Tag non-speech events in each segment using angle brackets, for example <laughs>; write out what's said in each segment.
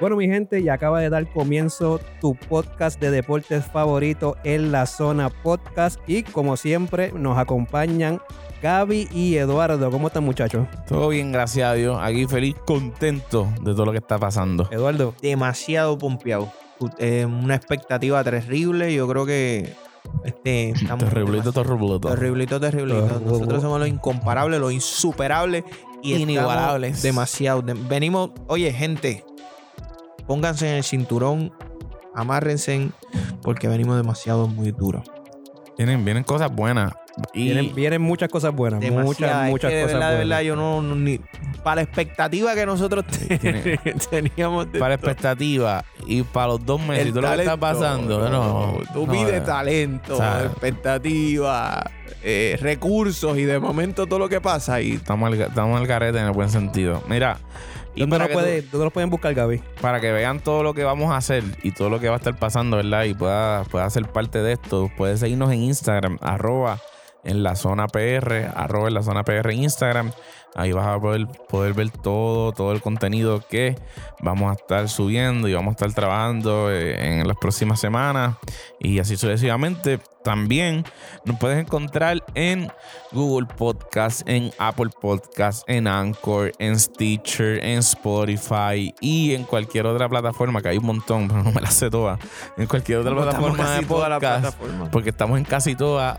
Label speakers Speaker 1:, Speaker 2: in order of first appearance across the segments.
Speaker 1: Bueno, mi gente, ya acaba de dar comienzo tu podcast de deportes favorito en la zona podcast. Y como siempre, nos acompañan Gaby y Eduardo. ¿Cómo están, muchachos?
Speaker 2: Todo bien, gracias a Dios. Aquí feliz, contento de todo lo que está pasando.
Speaker 1: Eduardo,
Speaker 3: demasiado pompeado. Eh, una expectativa terrible. Yo creo que
Speaker 1: <laughs>
Speaker 3: este, estamos
Speaker 2: Terriblito,
Speaker 3: demasiado-
Speaker 2: terriblito.
Speaker 3: terriblito, terriblito.
Speaker 1: Terrible.
Speaker 3: Nosotros somos los incomparables, los insuperables y
Speaker 2: Inigualables.
Speaker 3: estamos Demasiado. De- Venimos, oye, gente, pónganse en el cinturón, amárrense, porque venimos demasiado muy duro.
Speaker 2: Vienen, vienen cosas buenas. Y
Speaker 1: vienen, vienen muchas cosas buenas.
Speaker 3: Demasiado.
Speaker 1: Muchas,
Speaker 3: Es
Speaker 1: muchas
Speaker 3: que de
Speaker 1: cosas
Speaker 3: verdad, de verdad,
Speaker 1: buenas.
Speaker 3: yo no, no- ni- para la expectativa que nosotros
Speaker 2: tiene-
Speaker 3: <laughs> teníamos de
Speaker 2: para
Speaker 3: esto,
Speaker 2: expectativa y para los dos meses, y
Speaker 3: el
Speaker 2: todo lo que está
Speaker 3: talento,
Speaker 2: pasando. No,
Speaker 3: tú
Speaker 2: no,
Speaker 3: pides
Speaker 2: no.
Speaker 3: talento,
Speaker 2: o sea,
Speaker 3: expectativa, eh, recursos y de momento todo lo que pasa y
Speaker 2: Estamos al, estamos al carete en el buen sentido. Mira, y
Speaker 1: ¿Dónde,
Speaker 2: para
Speaker 1: lo
Speaker 2: que,
Speaker 1: puede- dónde lo pueden buscar, Gaby?
Speaker 2: tú- para que vean todo lo que vamos a hacer y todo lo que va a estar pasando, ¿verdad? Y pueda, pueda ser parte de esto, puedes seguirnos en Instagram, arroba en la zona PR, arroba en la zona PR en Instagram. Ahí vas a poder, poder ver todo, todo el contenido que vamos a estar subiendo y vamos a estar trabajando eh, en las próximas semanas y así sucesivamente. También nos puedes encontrar en Google Podcast, en Apple Podcast, en Anchor, en Stitcher, en Spotify y en cualquier otra plataforma, que hay un montón, pero no me la sé toda. En cualquier otra plataforma de podcast porque estamos en casi todas.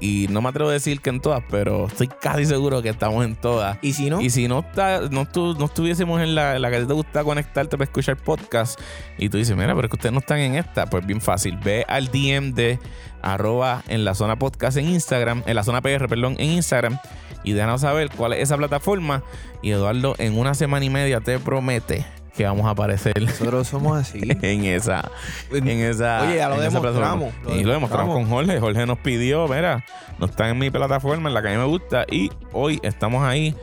Speaker 2: Y no me atrevo a decir que en todas, pero estoy casi seguro que estamos en todas.
Speaker 3: Y si no,
Speaker 2: Y si no, está, no, estu- no estuviésemos en la, la que a ti te gusta conectarte para escuchar podcast y tú dices, mira, pero es que ustedes no están en esta, pues bien fácil. Ve al DM de arroba en la zona podcast en Instagram, en la zona PR, perdón, en Instagram y déjanos saber cuál es esa plataforma. Y Eduardo, en una semana y media te promete que vamos a aparecer
Speaker 3: nosotros
Speaker 2: <laughs>
Speaker 3: somos así.
Speaker 2: en esa en esa.
Speaker 3: Oye, ya lo
Speaker 2: en esa plataforma.
Speaker 3: demostramos, lo
Speaker 2: y lo demostramos
Speaker 3: demostramos.
Speaker 2: con Jorge. Jorge nos pidió, mira, no está en mi plataforma, en la que a mí me gusta. Y hoy estamos ahí.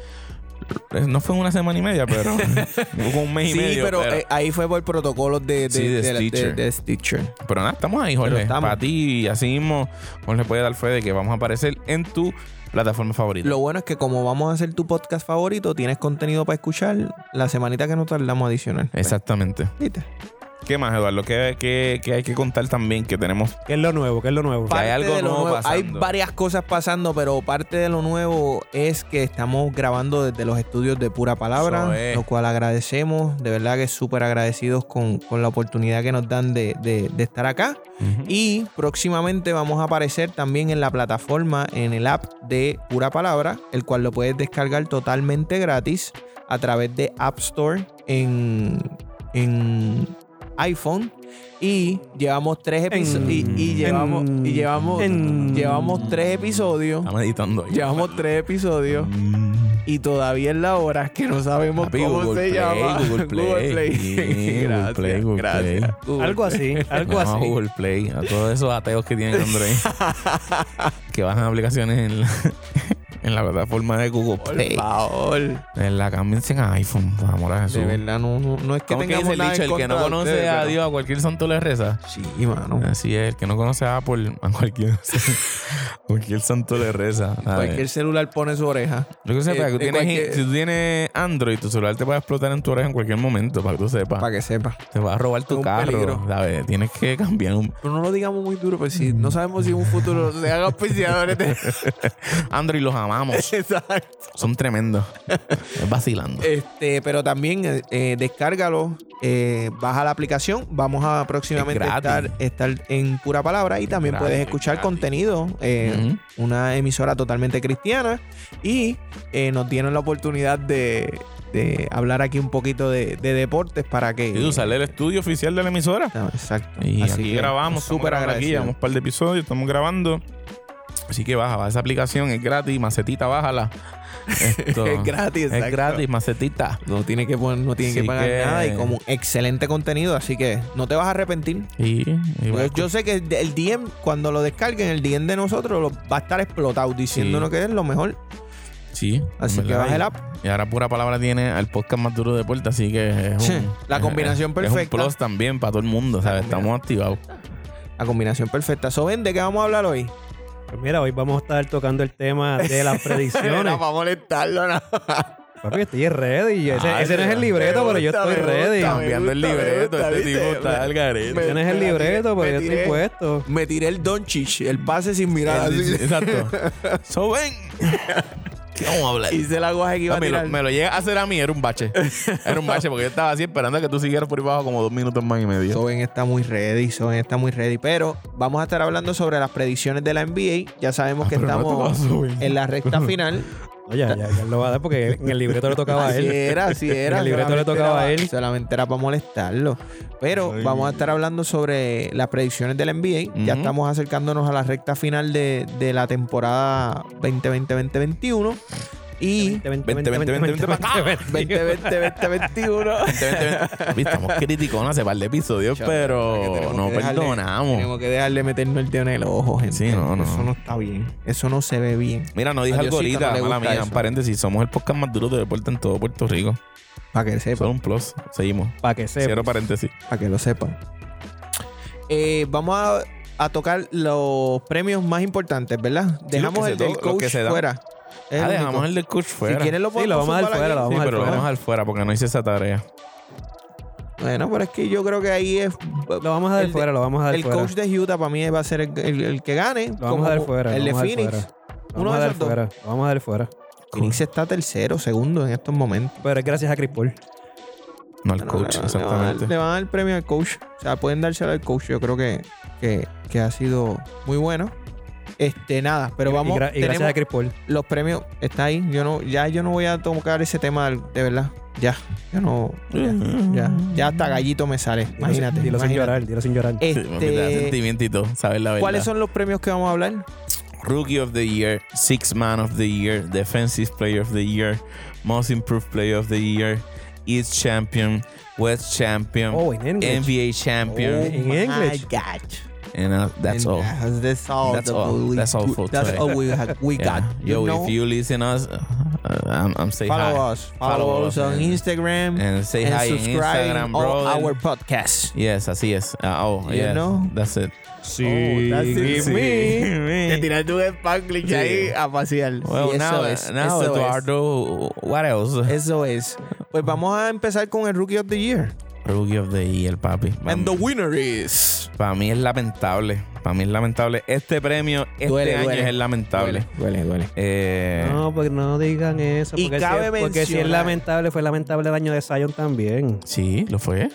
Speaker 2: Eh, No fue en una semana y media,
Speaker 3: <laughs>
Speaker 2: pero <laughs> fue un mes y
Speaker 3: sí,
Speaker 2: medio.
Speaker 3: pero eh, ahí fue por protocolos de, de,
Speaker 2: Sí, de
Speaker 3: de- de-
Speaker 2: Stitcher.
Speaker 3: de Stitcher.
Speaker 2: pero nada, estamos ahí, Jorge.
Speaker 3: pero estamos.
Speaker 2: Para ti, y así mismo, Jorge puede dar fe de que vamos a aparecer en tu plataforma favorita.
Speaker 3: Lo bueno es que como vamos a hacer tu podcast favorito, tienes contenido para escuchar la semanita que nos tardamos adicional.
Speaker 2: Exactamente.
Speaker 3: ¿Viste?
Speaker 2: ¿Qué más, Eduardo? ¿Qué, qué, qué hay que contar también que tenemos?
Speaker 1: ¿Qué es lo nuevo? ¿Qué es lo nuevo?
Speaker 2: Pa- hay
Speaker 3: Parte
Speaker 2: algo
Speaker 3: de lo
Speaker 2: nuevo
Speaker 3: Hay
Speaker 2: pasando.
Speaker 3: varias cosas pasando, pero parte de lo nuevo es que estamos grabando desde los estudios de Pura
Speaker 2: Eso
Speaker 3: Palabra,
Speaker 2: es.
Speaker 3: lo cual agradecemos. De verdad que súper agradecidos con, con la oportunidad que nos dan de, de- de estar acá. Y próximamente vamos a aparecer también en la plataforma, en el app de Pura Palabra, el cual lo puedes descargar totalmente gratis a través de App Store en, en iPhone. Y llevamos tres episodios. Y, y llevamos,
Speaker 1: en-
Speaker 3: y llevamos,
Speaker 1: en-
Speaker 3: llevamos tres episodios.
Speaker 2: Está meditando. ahí.
Speaker 3: Llevamos tres episodios.
Speaker 2: Mm.
Speaker 3: Y todavía es la hora que no sabemos
Speaker 2: Papi,
Speaker 3: cómo
Speaker 2: Google
Speaker 3: se
Speaker 2: Play,
Speaker 3: llama. <laughs>
Speaker 2: Google Play. Sí, Google
Speaker 3: gracias,
Speaker 2: Play, Google Play.
Speaker 3: gracias. Google
Speaker 1: Algo así,
Speaker 3: <laughs>
Speaker 1: algo
Speaker 2: Llama a
Speaker 1: así.
Speaker 2: Google Play, a todos esos ateos que tienen Android.
Speaker 3: <laughs>
Speaker 2: que bajan aplicaciones en la, <laughs> en la plataforma de Google
Speaker 3: Por
Speaker 2: Play.
Speaker 3: favor.
Speaker 2: En la cámbiense a iPhone, por amor a Jesús.
Speaker 3: De verdad, no, no, no es que
Speaker 2: ¿Cómo que
Speaker 3: tengamos
Speaker 2: dice el
Speaker 3: nada
Speaker 2: dicho?
Speaker 3: en
Speaker 2: El que no
Speaker 3: contra de
Speaker 2: conoce
Speaker 3: ustedes,
Speaker 2: a
Speaker 3: pero-
Speaker 2: Dios, a cualquier santo le reza.
Speaker 3: Sí, mano.
Speaker 2: Así es, el que no conoce a Apple, a cualquier, <laughs> a cualquier santo le reza. A ver.
Speaker 3: Cualquier celular pone su oreja.
Speaker 2: Lo que sepa,
Speaker 3: eh,
Speaker 2: tú
Speaker 3: de
Speaker 2: tienes-
Speaker 3: cualquier-
Speaker 2: si tú tienes Android, tu celular te va a explotar en tu oreja en cualquier momento, para que tú sepas.
Speaker 3: Para que sepa.
Speaker 2: Te va a robar tu
Speaker 3: Es un
Speaker 2: carro,
Speaker 3: peligro.
Speaker 2: ¿sabes? Tienes que cambiar un...
Speaker 3: Pero no lo digamos muy duro, pues si no sabemos si en un <laughs> futuro se hagan auspiciadores <laughs> de
Speaker 2: Android los <laughs> amamos.
Speaker 3: Exacto.
Speaker 2: Son tremendos. Es <laughs> vacilando.
Speaker 3: Este, pero también eh, eh, descárgalo, eh, baja la aplicación. Vamos a próximamente
Speaker 2: Es gratis.
Speaker 3: estar, estar en pura palabra y también
Speaker 2: gratis,
Speaker 3: puedes
Speaker 2: es
Speaker 3: escuchar
Speaker 2: gratis.
Speaker 3: contenido. eh,
Speaker 2: Ujú.
Speaker 3: Una emisora totalmente cristiana y eh, nos dieron la oportunidad de, de hablar aquí un poquito de, de deportes para que.
Speaker 2: Y tú sale el estudio oficial de la emisora.
Speaker 3: No, exacto.
Speaker 2: Y
Speaker 3: Así
Speaker 2: aquí
Speaker 3: que,
Speaker 2: grabamos,
Speaker 3: súper
Speaker 2: súper aquí,
Speaker 3: agradecido.
Speaker 2: llevamos un par de episodios, estamos grabando. Así que baja, baja esa aplicación, es gratis, macetita, <laughs> bájala. Esto,
Speaker 3: Es gratis,
Speaker 2: es
Speaker 3: exacto.
Speaker 2: gratis, macetita.
Speaker 3: No tiene que poner, no tiene
Speaker 2: Así
Speaker 3: que pagar
Speaker 2: que-
Speaker 3: nada y como excelente contenido, así que no te vas a arrepentir.
Speaker 2: Y, y va-
Speaker 3: Yo, Pues, yo sé que el- el DM, cuando lo descarguen, el DM de nosotros lo- va a estar explotado diciéndonos que es lo mejor.
Speaker 2: sí,
Speaker 3: Así
Speaker 2: en
Speaker 3: que
Speaker 2: verdad,
Speaker 3: baja el
Speaker 2: y-
Speaker 3: app.
Speaker 2: Y ahora pura palabra tiene al podcast más duro de puerta, así que es
Speaker 3: Sí,
Speaker 2: un-
Speaker 3: la
Speaker 2: es-
Speaker 3: combinación
Speaker 2: es-
Speaker 3: perfecta.
Speaker 2: Es un plus también para todo el mundo, ¿sabes?
Speaker 3: combinación.
Speaker 2: Estamos activados.
Speaker 3: La combinación perfecta. So, ven, ¿de qué vamos a hablar hoy?
Speaker 1: Pues mira, hoy vamos a estar tocando el tema de
Speaker 3: <laughs>
Speaker 1: las predicciones.
Speaker 3: para molestarlo, no.
Speaker 1: Papi, estoy ready. Ese,
Speaker 2: Ah,
Speaker 1: ese no es el libreto,
Speaker 3: me
Speaker 1: pero yo
Speaker 3: gusta,
Speaker 1: estoy
Speaker 3: me gusta,
Speaker 1: ready.
Speaker 3: me
Speaker 2: Cambiando el
Speaker 3: gusta, me
Speaker 2: libreto,
Speaker 3: gusta,
Speaker 2: este
Speaker 3: ¿viste?
Speaker 2: tipo está al garete.
Speaker 1: Ese no es el
Speaker 3: Me
Speaker 1: libreto, pero yo
Speaker 3: tiré, me
Speaker 1: estoy
Speaker 3: tiré.
Speaker 1: puesto.
Speaker 3: Me tiré el Donchich, el pase sin mirar.
Speaker 2: Él dice-
Speaker 3: así.
Speaker 2: Exacto. So ven. ¿Qué vamos a hablar?
Speaker 3: <laughs> Hice el aguaje que iba
Speaker 2: Ah,
Speaker 3: a
Speaker 2: me, lo,
Speaker 3: tirar.
Speaker 2: me lo llega a hacer a mí, era un bache. Era un bache porque yo estaba así esperando a que tú siguieras por ahí abajo como dos minutos más y medio.
Speaker 3: Soben está muy ready, Soben está muy ready. Pero vamos a estar hablando sobre las predicciones de la NBA. Ya
Speaker 1: Ah,
Speaker 3: sabemos que
Speaker 2: Ah, Pero no
Speaker 3: estamos
Speaker 2: te vas a subir.
Speaker 3: en la recta final.
Speaker 1: Oye, ya, ya, él lo va a dar porque en el libreto le tocaba a
Speaker 3: Así
Speaker 1: él.
Speaker 3: era,
Speaker 1: <laughs>
Speaker 3: así era.
Speaker 1: El libreto le
Speaker 3: solamente
Speaker 1: tocaba
Speaker 3: era-
Speaker 1: a él.
Speaker 3: Solamente era para molestarlo. Pero
Speaker 2: Ay.
Speaker 3: vamos a estar hablando sobre las predicciones del NBA. Ya
Speaker 2: Ujú.
Speaker 3: estamos acercándonos a la recta final de, de la temporada 2020-2021. Y
Speaker 1: 20,
Speaker 2: 20, 20, 20,
Speaker 1: <laughs>
Speaker 3: 2020-2021.
Speaker 2: Viste, Estamos críticos, ¿no? Hace par de episodios,
Speaker 3: Chacho, que
Speaker 2: pero
Speaker 3: tenemos
Speaker 2: no
Speaker 3: que dejarle-
Speaker 2: perdonamos.
Speaker 3: <laughs> Tenemos que dejarle meternos el dedo en el ojo, gente.
Speaker 2: Sí, no, no.
Speaker 3: Eso no está bien. Eso no se ve bien.
Speaker 2: Mira, no dije
Speaker 3: A
Speaker 2: algo
Speaker 3: Diosito
Speaker 2: ahorita,
Speaker 3: no le
Speaker 2: mala
Speaker 3: gusta
Speaker 2: mía.
Speaker 3: eso.
Speaker 2: Paréntesis, somos el podcast más duro de deporte en todo Puerto Rico.
Speaker 3: Para que sepa,
Speaker 2: Solo un plus. Seguimos.
Speaker 1: Para que sepa.
Speaker 2: Cierro paréntesis.
Speaker 3: para que lo sepan. Eh, vamos a, a tocar los premios más importantes, ¿verdad? Dejamos
Speaker 2: que
Speaker 3: el
Speaker 2: se
Speaker 3: del
Speaker 2: to- los
Speaker 3: coach
Speaker 2: que se dan.
Speaker 3: fuera. Es
Speaker 2: Ah,
Speaker 3: el
Speaker 2: dejamos
Speaker 3: único.
Speaker 2: el del coach fuera.
Speaker 3: Si quieren lo
Speaker 1: Sí, lo
Speaker 3: podemos
Speaker 1: vamos a dejar
Speaker 3: zumbar
Speaker 1: fuera, lo
Speaker 3: aquí.
Speaker 2: Sí,
Speaker 1: vamos a dejar
Speaker 2: pero lo
Speaker 1: fuera.
Speaker 2: vamos al fuera porque no hice esa tarea.
Speaker 3: Bueno, pero es que yo creo que ahí es...
Speaker 1: Lo vamos a dejar
Speaker 3: el de-
Speaker 1: fuera, lo vamos a dejar
Speaker 3: El
Speaker 1: fuera.
Speaker 3: coach de Utah para mí va a ser el, el- el que gane.
Speaker 1: Lo vamos a dejar fuera.
Speaker 3: El
Speaker 1: lo
Speaker 3: de
Speaker 1: vamos a dejar
Speaker 3: Phoenix.
Speaker 1: fuera. Lo
Speaker 3: Uno
Speaker 1: vamos a
Speaker 3: de
Speaker 1: dejar
Speaker 3: esos dos.
Speaker 1: fuera. Lo vamos a dejar fuera.
Speaker 3: Phoenix está tercero, segundo en estos momentos.
Speaker 1: Pero es gracias a Chris Paul.
Speaker 2: No al
Speaker 3: No,
Speaker 2: coach,
Speaker 3: le van a dar-
Speaker 2: exactamente.
Speaker 3: Le van a dar el premio al coach. O sea, pueden dárselo al coach. Yo creo que, que, que ha sido muy bueno. Este, nada, pero
Speaker 1: Y- y
Speaker 3: vamos.
Speaker 1: gra- y, gracias
Speaker 3: tenemos
Speaker 1: a Chris Paul.
Speaker 3: los premios. Está ahí. Yo no, ya yo no voy a tocar ese tema del- de verdad. Ya. Yo no. Ya. Ya, ya hasta gallito me sale.
Speaker 1: Dilo sin-
Speaker 3: Imagínate.
Speaker 1: Dilo sin
Speaker 3: imagínate.
Speaker 1: llorar, dilo sin llorar.
Speaker 2: Sí, porque te da
Speaker 3: Este,
Speaker 2: sentimiento y todo, sabes la verdad.
Speaker 3: ¿Cuáles son los premios que vamos a hablar?
Speaker 2: Rookie of the Year, Six Man of the Year, Defensive Player of the Year, Most Improved Player of the Year, East Champion, West Champion,
Speaker 1: Oh, en inglés.
Speaker 2: NBA Champion,
Speaker 3: Oh
Speaker 1: en English.
Speaker 2: and uh, that's
Speaker 3: And
Speaker 2: all.
Speaker 3: That's all.
Speaker 2: That's
Speaker 3: that
Speaker 2: all.
Speaker 3: we-
Speaker 2: That's all for
Speaker 3: That's
Speaker 2: today.
Speaker 3: all we, ha- we
Speaker 2: Yeah.
Speaker 3: got.
Speaker 2: Yo,
Speaker 3: You know?
Speaker 2: if you listen us, uh, uh, I'm, I'm say
Speaker 3: follow
Speaker 2: hi
Speaker 3: us. Follow,
Speaker 2: Follow
Speaker 3: us
Speaker 2: us
Speaker 3: on
Speaker 2: and-
Speaker 3: Instagram.
Speaker 2: and say hi in Instagram, bro.
Speaker 3: all our podcasts.
Speaker 2: yes, así es. Uh, oh,
Speaker 3: You
Speaker 2: yes,
Speaker 3: know?
Speaker 2: that's it.
Speaker 3: Oh, that's
Speaker 1: Give me.
Speaker 3: tiras tu spanglish
Speaker 2: Sí. ahí
Speaker 3: a pasear.
Speaker 2: Well, now, eh,
Speaker 3: eso es.
Speaker 2: now
Speaker 3: eso,
Speaker 2: Eduardo, what else?
Speaker 3: es. Eso es. Pues vamos a empezar con el Rookie of the Year.
Speaker 2: Rookie of the Year, papi. Vamos.
Speaker 3: winner is...
Speaker 2: Para mí es lamentable. Para mí es lamentable. Este premio este
Speaker 3: Duele,
Speaker 2: año
Speaker 3: duele.
Speaker 2: es lamentable.
Speaker 3: Duele, duele.
Speaker 2: Eh,
Speaker 1: No, pues no digan eso.
Speaker 3: Y
Speaker 1: Porque,
Speaker 3: cabe
Speaker 1: si, es- porque si es
Speaker 3: mencionar-
Speaker 1: lamentable, fue lamentable el año de Zion también.
Speaker 2: Sí, lo fue.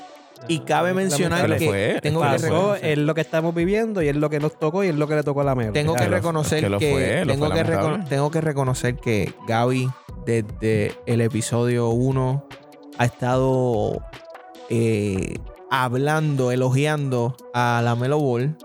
Speaker 3: Y cabe mencionar
Speaker 2: Lamentable
Speaker 3: que
Speaker 2: fue.
Speaker 3: tengo que eh,
Speaker 2: Pasó
Speaker 1: Pasó,
Speaker 3: reconocer,
Speaker 1: es lo que estamos viviendo y es lo que nos tocó y es lo que le tocó a la mesa.
Speaker 3: tengo que
Speaker 2: Claro,
Speaker 3: reconocer
Speaker 2: que
Speaker 3: que,
Speaker 2: lo fue, lo
Speaker 3: tengo,
Speaker 2: fue
Speaker 3: que recono-
Speaker 2: lamentable.
Speaker 3: tengo que reconocer que Gaby desde el episodio 1 ha estado eh, hablando, elogiando a la Melo Ball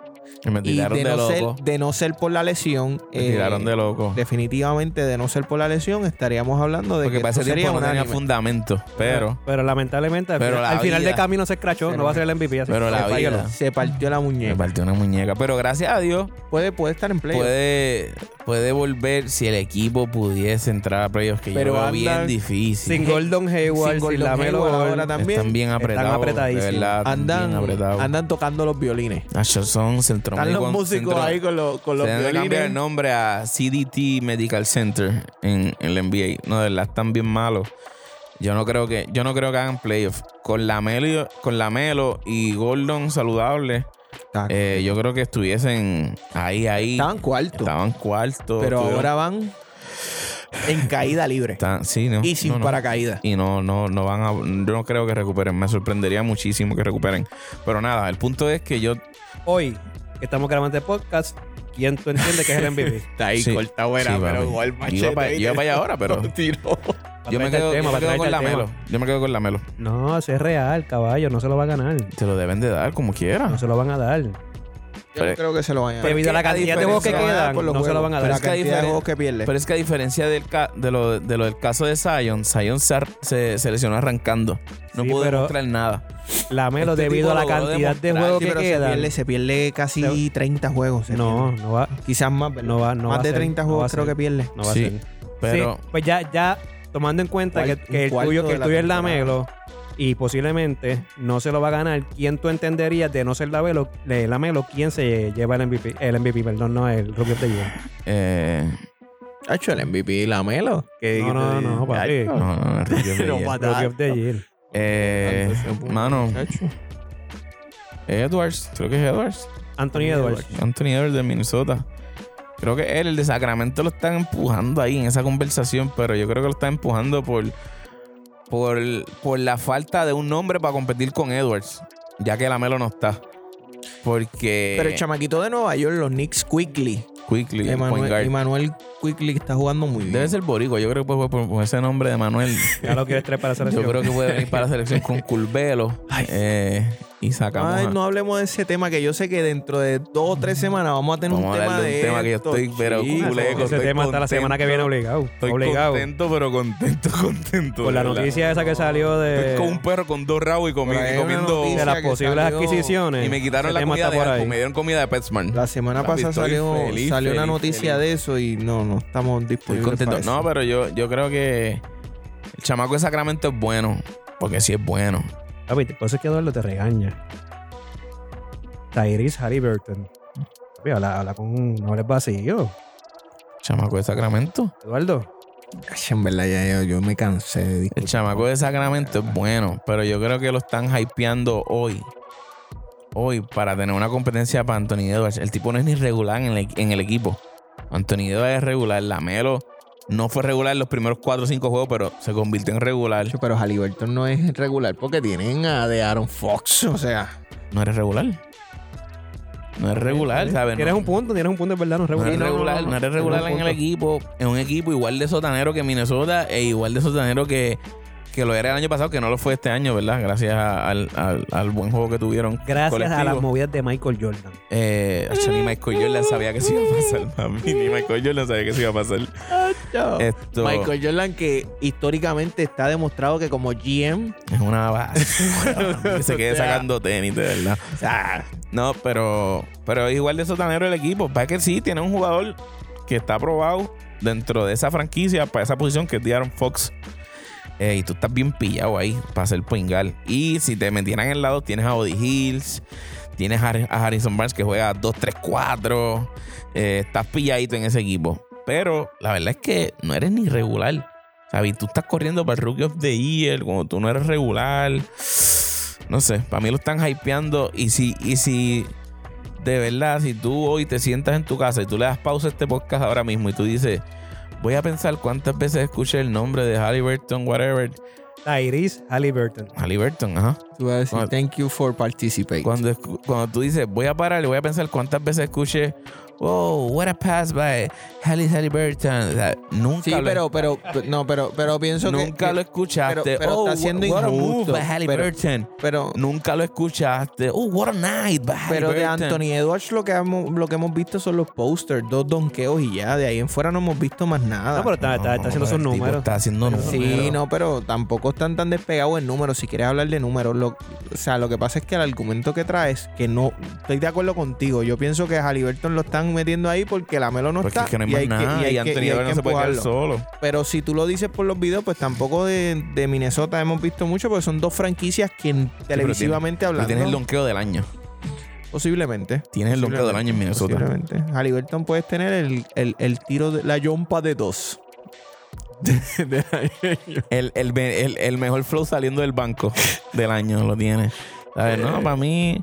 Speaker 2: Me
Speaker 3: y
Speaker 2: tiraron
Speaker 3: de
Speaker 2: de,
Speaker 3: no,
Speaker 2: loco.
Speaker 3: ser, de no ser por la lesión
Speaker 2: Me
Speaker 3: eh,
Speaker 2: tiraron de loco.
Speaker 3: definitivamente de no ser por la lesión estaríamos hablando de
Speaker 2: Porque
Speaker 3: que
Speaker 2: para
Speaker 3: esto
Speaker 2: ese
Speaker 3: sería
Speaker 2: tiempo no
Speaker 3: un
Speaker 2: tenía
Speaker 3: anime.
Speaker 2: fundamento. Pero,
Speaker 1: Pero lamentablemente, al,
Speaker 2: Pero
Speaker 1: final,
Speaker 2: la
Speaker 1: al final
Speaker 2: vida-
Speaker 1: de camino se escrachó,
Speaker 3: Pero-
Speaker 1: no va a ser el MVP. Así
Speaker 2: pero
Speaker 1: que
Speaker 2: la
Speaker 1: sepárenlo.
Speaker 2: vida.
Speaker 3: se partió la
Speaker 2: me
Speaker 3: muñeca
Speaker 2: partió una muñeca. Pero gracias a Dios
Speaker 3: puede, puede estar en play
Speaker 2: puede, puede volver si el equipo pudiese entrar a playoffs, que
Speaker 3: Pero
Speaker 2: yo lo veo
Speaker 3: andan
Speaker 2: bien difícil.
Speaker 1: Sin Gordon Hayward, sin,
Speaker 3: Gordon
Speaker 1: Lamelo
Speaker 3: Hayward
Speaker 1: Ball.
Speaker 3: ahora también
Speaker 2: Están bien apretados.
Speaker 1: apretadísimos.
Speaker 2: De verdad, bien
Speaker 3: andan,
Speaker 2: apretados.
Speaker 3: andan tocando los violines
Speaker 2: Nacho, son centro-
Speaker 3: están los
Speaker 2: con-
Speaker 3: músicos
Speaker 2: centro-
Speaker 3: ahí con, los con
Speaker 2: Se
Speaker 3: los
Speaker 2: deben de cambiar el
Speaker 3: violines
Speaker 2: nombre a CDT Medical Center en, en la NBA. No, de verdad están bien malos. Yo no creo que, yo no creo que hagan playoffs. Con Lamelo, con Lamelo y Gordon saludable,
Speaker 3: Está-
Speaker 2: eh, yo creo que estuviesen ahí, ahí.
Speaker 3: Estaban cuartos.
Speaker 2: Estaban cuartos.
Speaker 3: pero
Speaker 2: estuvieron-
Speaker 3: ahora van en caída libre.
Speaker 2: están- sí, no,
Speaker 3: y sin
Speaker 2: no, no.
Speaker 3: paracaídas.
Speaker 2: Y no, no, no van a. Yo no creo que recuperen. Me sorprendería muchísimo que recuperen. Pero nada, el punto es que yo.
Speaker 1: Hoy, que estamos grabando el podcast, ¿quién tú entiendes que es el MVP?
Speaker 2: <laughs>
Speaker 3: Está
Speaker 2: Sí,
Speaker 3: buena,
Speaker 2: sí, papi.
Speaker 3: gol
Speaker 2: Iba pa- iba para allá
Speaker 3: <laughs>
Speaker 1: <laughs>
Speaker 2: ahora, pero.
Speaker 3: Tiro.
Speaker 2: Yo me
Speaker 1: traerte al
Speaker 2: quedo,
Speaker 1: tema,
Speaker 2: yo me
Speaker 1: para
Speaker 2: quedo con
Speaker 1: traerte al
Speaker 2: Lamelo. Yo me quedo con Lamelo.
Speaker 1: No, eso es real, caballo, no se lo va a ganar.
Speaker 2: Te lo deben de dar como
Speaker 1: No
Speaker 2: quiera.
Speaker 1: se lo van a dar.
Speaker 3: Yo no creo que se lo vayan a
Speaker 1: Debido a la
Speaker 2: que a
Speaker 1: cantidad de juegos que
Speaker 2: diferencia
Speaker 1: quedan, no se lo van a dar.
Speaker 3: Pero la
Speaker 2: es que a
Speaker 3: cantidad de
Speaker 2: diferen-
Speaker 3: juegos que pierde.
Speaker 2: Pero es que a diferencia del ca- de, lo, de lo del caso de Zion, Zion se, ar- se, se lesionó arrancando. No
Speaker 1: Sí,
Speaker 2: pudo
Speaker 1: pero-
Speaker 2: demostrar nada.
Speaker 1: Lamelo,
Speaker 2: Este
Speaker 1: debido a la
Speaker 2: tipo logró
Speaker 1: cantidad de
Speaker 2: demostrar,
Speaker 1: juegos
Speaker 3: Sí,
Speaker 1: que
Speaker 3: pero se,
Speaker 1: quedan.
Speaker 3: pierde, se pierde casi
Speaker 1: Se-
Speaker 3: 30 juegos. se
Speaker 1: No,
Speaker 3: pierde.
Speaker 1: no va,
Speaker 3: Quizás más, ¿verdad?
Speaker 1: no va, no va
Speaker 3: más
Speaker 1: a
Speaker 3: de
Speaker 1: ser,
Speaker 3: 30
Speaker 1: no va a
Speaker 3: juegos creo
Speaker 1: ser,
Speaker 3: que pierde.
Speaker 1: No va
Speaker 2: Sí,
Speaker 1: a ser.
Speaker 2: Pero
Speaker 1: Sí, pues ya, ya tomando en cuenta
Speaker 3: Cual-
Speaker 1: que, que
Speaker 3: un
Speaker 1: el
Speaker 3: cuarto
Speaker 1: tuyo,
Speaker 3: de
Speaker 1: que el
Speaker 3: la
Speaker 1: tuyo es
Speaker 3: temporada.
Speaker 1: Lamelo y posiblemente no se lo va a ganar. ¿Quién tú entenderías de no ser la Melo, la Melo quién se lleva el MVP? El MVP, perdón, no el Rookie of the Year.
Speaker 2: <laughs> Eh,
Speaker 3: Ha hecho el MVP Lamelo. Que-
Speaker 1: No, no, no, papi.
Speaker 2: no, no, no,
Speaker 1: <laughs>
Speaker 2: Rookie of the
Speaker 3: Pero
Speaker 2: Year.
Speaker 3: pa-
Speaker 1: Rookie of the Year.
Speaker 2: Eh, mano,
Speaker 3: Chacho.
Speaker 2: Edwards, creo que es Edwards.
Speaker 1: Anthony Edwards.
Speaker 2: Anthony Edwards de Minnesota. Creo que él, el de Sacramento, lo están empujando ahí en esa conversación, pero yo creo que lo están empujando por, por, por la falta de un nombre para competir con Edwards, ya que Lamelo no está. Porque
Speaker 3: Pero el chamaquito de Nueva York, los Knicks Quickly.
Speaker 2: Quickly, el point
Speaker 3: Emanuel,
Speaker 2: guard,
Speaker 3: Emanuel Quickly está jugando muy bien.
Speaker 2: debe ser boricua. Yo creo que puede- por, por ese nombre de
Speaker 3: <laughs>
Speaker 2: Manuel,
Speaker 1: Ya lo quieres traer para la
Speaker 2: yo
Speaker 1: selección.
Speaker 2: creo que puede venir para la selección con Curbelo eh, y sacamos.
Speaker 3: Ay,
Speaker 2: a-
Speaker 3: no hablemos de ese tema que yo sé que dentro de dos o tres semanas vamos a tener
Speaker 2: Vamos
Speaker 3: un
Speaker 2: a
Speaker 3: tema
Speaker 2: hablar de
Speaker 3: de,
Speaker 2: un tema que yo
Speaker 3: esto,
Speaker 2: estoy, pero
Speaker 3: chico.
Speaker 2: culé,
Speaker 1: Ese
Speaker 2: estoy
Speaker 1: tema está la
Speaker 2: contento.
Speaker 1: semana que viene obligado.
Speaker 2: Estoy
Speaker 1: obligado.
Speaker 2: contento, pero contento, <laughs> contento.
Speaker 1: Por la
Speaker 2: de verdad.
Speaker 1: noticia esa que salió
Speaker 2: Estoy
Speaker 1: de,
Speaker 2: con un perro con dos rabos y, comi-
Speaker 3: Por ahí
Speaker 2: y
Speaker 3: hay una
Speaker 2: comiendo.
Speaker 1: de
Speaker 3: noticia
Speaker 1: las
Speaker 3: que
Speaker 1: posibles
Speaker 3: salió-
Speaker 1: adquisiciones.
Speaker 2: Y me quitaron
Speaker 1: Ese
Speaker 2: la
Speaker 1: tema
Speaker 2: comida
Speaker 1: está
Speaker 2: de
Speaker 1: por
Speaker 2: Hasbro,
Speaker 1: ahí.
Speaker 2: me dieron comida de Petsman.
Speaker 3: La semana
Speaker 2: Papi,
Speaker 3: pasada
Speaker 2: estoy
Speaker 3: salió,
Speaker 2: feliz,
Speaker 3: salió una
Speaker 2: feliz,
Speaker 3: noticia
Speaker 2: feliz.
Speaker 3: de eso y no, no estamos
Speaker 2: Estoy
Speaker 3: disponibles.
Speaker 2: contento.
Speaker 3: para eso.
Speaker 2: No, pero yo, yo creo que el chamaco de Sacramento es bueno. Porque sí es bueno.
Speaker 1: Papi, por eso es que Eduardo te regaña. Tyrese Halliburton. Papi, habla, habla con un nombre vacío.
Speaker 2: Chamaco de Sacramento.
Speaker 1: Eduardo.
Speaker 3: Ay, en verdad, ya yo, yo me cansé de
Speaker 2: El
Speaker 3: discutir.
Speaker 2: chamaco de Sacramento es bueno. Pero yo creo que lo están hypeando hoy. Hoy para tener una competencia para Anthony Edwards. El tipo no es ni regular en el, e, en el equipo. Anthony Edwards es regular. Lamelo no fue regular los primeros 4 o 5 juegos, pero se convirtió en regular.
Speaker 3: Chacho, Pero Halliburton no es regular porque tienen a de Aaron Fox. O sea,
Speaker 2: No eres regular. No eres regular, ¿sabes?
Speaker 1: Tienes
Speaker 2: No-
Speaker 1: un punto, tienes un punto, es verdad, no es
Speaker 2: No
Speaker 1: regular.
Speaker 2: eres regular, no eres regular en el equipo. Es un equipo igual de sotanero que Minnesota e igual de sotanero que, que lo era el año pasado, que no lo fue este año, ¿verdad? Gracias a- al, al- al buen juego que tuvieron.
Speaker 1: Gracias a las
Speaker 2: colectivo.
Speaker 1: movidas de Michael Jordan.
Speaker 2: Eh, acho, ni Michael Jordan sabía que se iba a pasar, mami. Ni Michael Jordan sabía que se iba a pasar.
Speaker 1: Oh.
Speaker 2: Esto
Speaker 3: Michael Jordan que históricamente está demostrado que como GM,
Speaker 2: es una
Speaker 3: <laughs>
Speaker 2: basura. mami, que se quede
Speaker 3: O sea.
Speaker 2: sacando tenis, de verdad.
Speaker 3: o sea,
Speaker 2: No, pero, pero es igual de sotanero el equipo. Para que sí, tiene un jugador que está aprobado dentro de esa franquicia para esa posición que es de Aaron Fox. Eh, y tú estás bien pillado ahí para ser poingal. Y si te metieran en el lado, tienes a Odi Hills, tienes a Har- a Harrison Barnes que juega 2-3-4. Eh, estás pilladito en ese equipo. Pero la verdad es que no eres ni regular. ¿Sabes? Tú estás corriendo para el Rookie of the Year cuando tú no eres regular. No sé, para mí lo están hypeando. Y si, y si de verdad, si tú hoy te sientas en tu casa y tú le das pausa a este podcast ahora mismo y tú dices, voy a pensar cuántas veces escuché el nombre de Halliburton, whatever.
Speaker 1: Tyrese Halliburton.
Speaker 2: Halliburton, ajá.
Speaker 3: tú vas a decir
Speaker 2: Cuando-
Speaker 3: thank you for participating.
Speaker 2: Cuando, escu- cuando tú dices, voy a parar y voy a pensar cuántas veces escuché, wow, what a pass by Hallie Halliburton. O sea, nunca
Speaker 3: Sí,
Speaker 2: lo-
Speaker 3: pero, pero, pero- no, pero, pero pienso que-
Speaker 2: Nunca
Speaker 3: que.
Speaker 2: lo escuchaste.
Speaker 3: pero- pero
Speaker 2: oh,
Speaker 3: está siendo
Speaker 2: what a move
Speaker 3: injusto.
Speaker 2: by Halliburton.
Speaker 3: Pero,
Speaker 2: Nunca lo escuchaste. Oh, what a night by
Speaker 3: pero de
Speaker 2: Halliburton.
Speaker 3: Anthony Edwards lo que, hemos, lo que hemos visto son los posters, dos donkeos y ya. De ahí en fuera no hemos visto más nada.
Speaker 1: No, pero está, está- está haciendo
Speaker 2: pero
Speaker 1: sus
Speaker 2: el tipo
Speaker 1: números.
Speaker 2: Está haciendo números.
Speaker 3: Sí, no, pero tampoco están tan despegados en números. Si quieres hablar de números, lo- o sea, lo que pasa es que el argumento que traes, que no estoy de acuerdo contigo. Yo pienso que a Halliburton lo están metiendo ahí porque la Melo no
Speaker 2: Porque
Speaker 3: está.
Speaker 2: es que no hay más
Speaker 3: hay que-
Speaker 2: nada.
Speaker 3: hay
Speaker 2: Y,
Speaker 3: que-
Speaker 2: Anthony
Speaker 3: hay
Speaker 2: Edwards
Speaker 3: que
Speaker 2: no se puede quedar
Speaker 3: empujarlo.
Speaker 2: solo.
Speaker 3: Pero si tú lo dices por los videos, pues tampoco de, de Minnesota hemos visto mucho, porque son dos franquicias que en- televisivamente
Speaker 2: Y tienes el
Speaker 3: hablando.
Speaker 2: donqueo del año.
Speaker 3: Posiblemente.
Speaker 2: Tienes el donqueo del año en Minnesota.
Speaker 3: Posiblemente. Halliburton puedes tener el, el- el tiro de la yompa de dos.
Speaker 2: El, el, el, el mejor flow saliendo del banco del año lo tienes. ¿Sabes? No, para mí.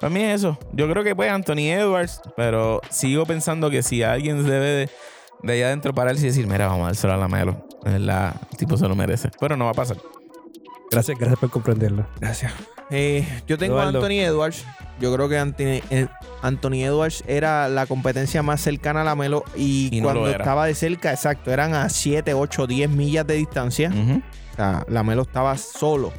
Speaker 2: Para mí es eso. Yo creo que pues Anthony Edwards, pero sigo pensando que si alguien debe de, de allá adentro pararse y decir, mira, vamos a dárselo a la Melo. De verdad, El tipo se lo merece. Pero no va a pasar.
Speaker 1: Gracias, gracias por comprenderlo.
Speaker 3: Gracias. Eh, yo tengo
Speaker 1: Eduardo.
Speaker 3: a Anthony Edwards. Yo creo que Anthony, eh, Anthony Edwards era la competencia más cercana a la Melo. Y,
Speaker 2: Y no
Speaker 3: cuando
Speaker 2: lo era.
Speaker 3: estaba de cerca, exacto, eran a 7, 8, 10 millas de distancia.
Speaker 2: Ujú.
Speaker 3: O sea, la Melo estaba solo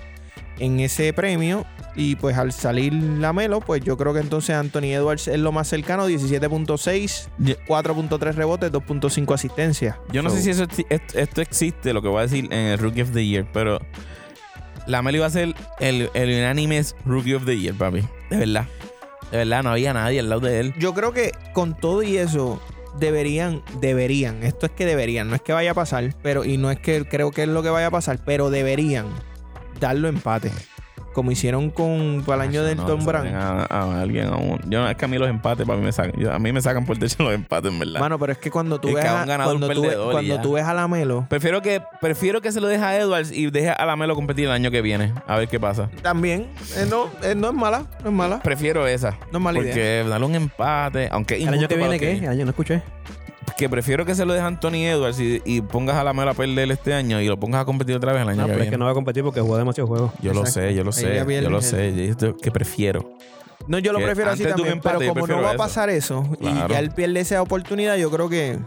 Speaker 3: en ese premio. Y pues al salir la Melo, pues yo creo que entonces Anthony Edwards es lo más cercano: 17.6,
Speaker 2: Ye-
Speaker 3: 4.3 rebotes, 2.5 asistencias.
Speaker 2: Yo no
Speaker 3: So,
Speaker 2: sé si eso, exi- est- esto existe, lo que voy a decir en el Rookie of the Year, pero la Melo iba a ser el, el Unanimous Rookie of the Year, papi. De verdad. De verdad, no había nadie al lado de él.
Speaker 3: Yo creo que con todo y eso deberían, deberían, esto es que deberían, no es que vaya a pasar, pero y no es que creo que es lo que vaya a pasar, pero deberían darlo empate. Como hicieron con para el año del
Speaker 2: Ah, No,
Speaker 3: Tom
Speaker 2: sacan
Speaker 3: Brand.
Speaker 2: A, a alguien a un- Yo, es que a mí los empates, para mí me sacan. yo- a mí me sacan por el techo los empates, en verdad.
Speaker 3: Mano, pero es que cuando tú
Speaker 2: Es que
Speaker 3: ves
Speaker 2: a un
Speaker 3: a,
Speaker 2: ganador, un
Speaker 3: cuando, tú, ves-
Speaker 2: perdedor y
Speaker 3: cuando
Speaker 2: ya.
Speaker 3: tú ves a la Melo,
Speaker 2: Prefiero que, prefiero que se lo deje a Edwards y deje a Lamelo competir el año que viene. A ver qué pasa.
Speaker 3: también eh, no, eh, no es mala, no es mala.
Speaker 2: Prefiero esa.
Speaker 3: No es mala
Speaker 2: porque
Speaker 3: idea.
Speaker 2: darle un empate, aunque es
Speaker 1: ¿El año
Speaker 2: injusto
Speaker 1: que
Speaker 2: para
Speaker 1: viene
Speaker 2: los
Speaker 1: qué? El año no escuché.
Speaker 2: Que prefiero que se lo deje a Anthony Edwards y, y pongas a Lamelo a perder este año y lo pongas a competir otra vez el año
Speaker 1: No,
Speaker 2: que
Speaker 1: pero
Speaker 2: viene.
Speaker 1: es que no va a competir porque jugó demasiado juego.
Speaker 2: Yo lo
Speaker 3: Exacto.
Speaker 2: sé, yo lo
Speaker 3: Ahí
Speaker 2: sé,
Speaker 3: ya pierde
Speaker 2: yo lo
Speaker 3: el-
Speaker 2: sé. Yo esto que prefiero.
Speaker 3: No, yo lo
Speaker 2: Que
Speaker 3: prefiero así
Speaker 2: antes de un
Speaker 3: también,
Speaker 2: empate, yo
Speaker 3: pero como no
Speaker 2: prefiero
Speaker 3: va a
Speaker 2: eso.
Speaker 3: pasar eso
Speaker 2: Claro.
Speaker 3: y ya él pierde esa oportunidad, yo creo que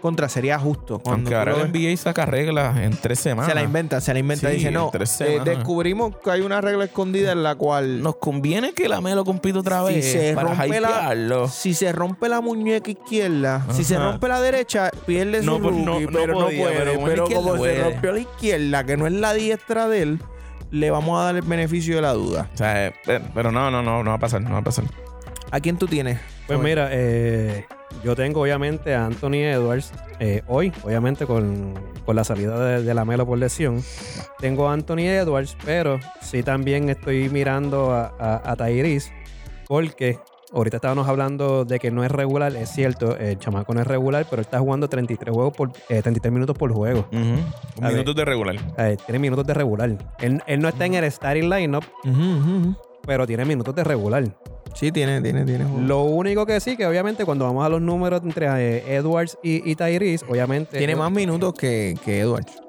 Speaker 3: contra sería justo. Cuando
Speaker 2: Aunque
Speaker 3: tú
Speaker 2: ahora
Speaker 3: lo
Speaker 2: el
Speaker 3: ves-
Speaker 2: NBA saca reglas en tres semanas.
Speaker 3: se la inventa, se la inventa
Speaker 2: Sí,
Speaker 3: dice, no,
Speaker 2: en tres
Speaker 3: eh,
Speaker 2: semanas.
Speaker 3: descubrimos que hay una regla escondida en la cual
Speaker 2: Nos conviene que Lamelo compita otra
Speaker 3: Si
Speaker 2: vez
Speaker 3: se
Speaker 2: para
Speaker 3: rompe la-
Speaker 2: hypearlo.
Speaker 3: si se rompe la muñeca izquierda, si se
Speaker 2: Ajá.
Speaker 3: rompe la derecha, pierde
Speaker 2: No,
Speaker 3: su
Speaker 2: pues, no,
Speaker 3: rookie,
Speaker 2: no
Speaker 3: pero
Speaker 2: podía,
Speaker 3: no puede.
Speaker 2: pero
Speaker 3: Pero,
Speaker 2: con la izquierda
Speaker 3: como
Speaker 2: puede.
Speaker 3: se rompió la izquierda, que no es la diestra de él, le vamos a dar el beneficio de la duda.
Speaker 2: O sea, eh, pero- pero no, no, no, no va a pasar, no va a pasar.
Speaker 3: ¿A quién tú tienes?
Speaker 1: Pues
Speaker 3: Joel?
Speaker 1: mira, eh, yo tengo obviamente a Anthony Edwards eh, hoy, obviamente con, con la salida de, de la Melo por lesión. Tengo a Anthony Edwards, pero sí también estoy mirando a, a, a Tyrese, porque ahorita estábamos hablando de que no es regular, es cierto, el chamaco no es regular, pero él está jugando 33, juegos por, eh, 33 minutos por juego. A ver.
Speaker 2: Minutos de regular.
Speaker 1: Eh, tiene minutos de regular. Él, él no está en el starting lineup,
Speaker 3: Ujú, ujú, ujú.
Speaker 1: pero tiene minutos de regular.
Speaker 3: Sí, tiene, tiene, tiene. Joel.
Speaker 1: Lo único que sí, que obviamente cuando vamos a los números entre eh, Edwards y, y Tyrese, obviamente.
Speaker 3: tiene más minutos que, que Edwards.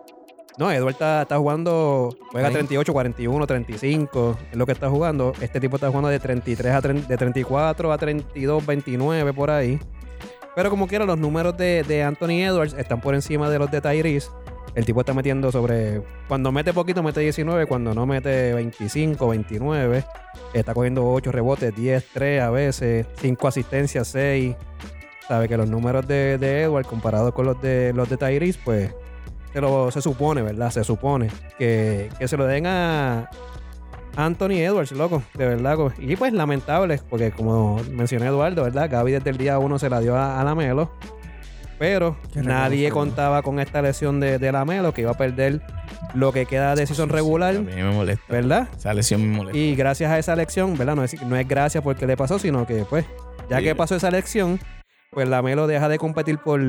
Speaker 1: No, Edwards está, está jugando. Juega
Speaker 3: Ahí.
Speaker 1: 38, 41, 35. Es lo que está jugando. Este tipo está jugando de 33 a 30 de 34 a 32, 29 por ahí. Pero como quiera, los números de, de Anthony Edwards están por encima de los de Tyrese. El tipo está metiendo sobre. Cuando mete poquito, mete 19. Cuando no, mete 25, 29. Está cogiendo 8 rebotes, 10, 3 a veces. 5 asistencias, 6. Sabe que los números de, de Edwards comparados con los de, los de Tyrese, pues. Se, lo, se supone, ¿verdad? Se supone que, que se lo den a Anthony Edwards, loco, de verdad. co- Y pues lamentable, porque como mencioné Eduardo, ¿verdad? Gaby desde el día uno se la dio a, a Lamelo. Pero
Speaker 3: Qué regalo,
Speaker 1: nadie
Speaker 3: qué bueno.
Speaker 1: contaba con esta lesión de, de Lamelo, que iba a perder lo que queda de season regular,
Speaker 2: A mí me molesta.
Speaker 1: ¿verdad?
Speaker 2: Esa lesión me molesta.
Speaker 1: Y gracias a esa elección, ¿verdad? No es, no es gracias porque le pasó, sino que pues, ya
Speaker 2: Sí.
Speaker 1: que pasó esa elección, pues Lamelo deja de competir por,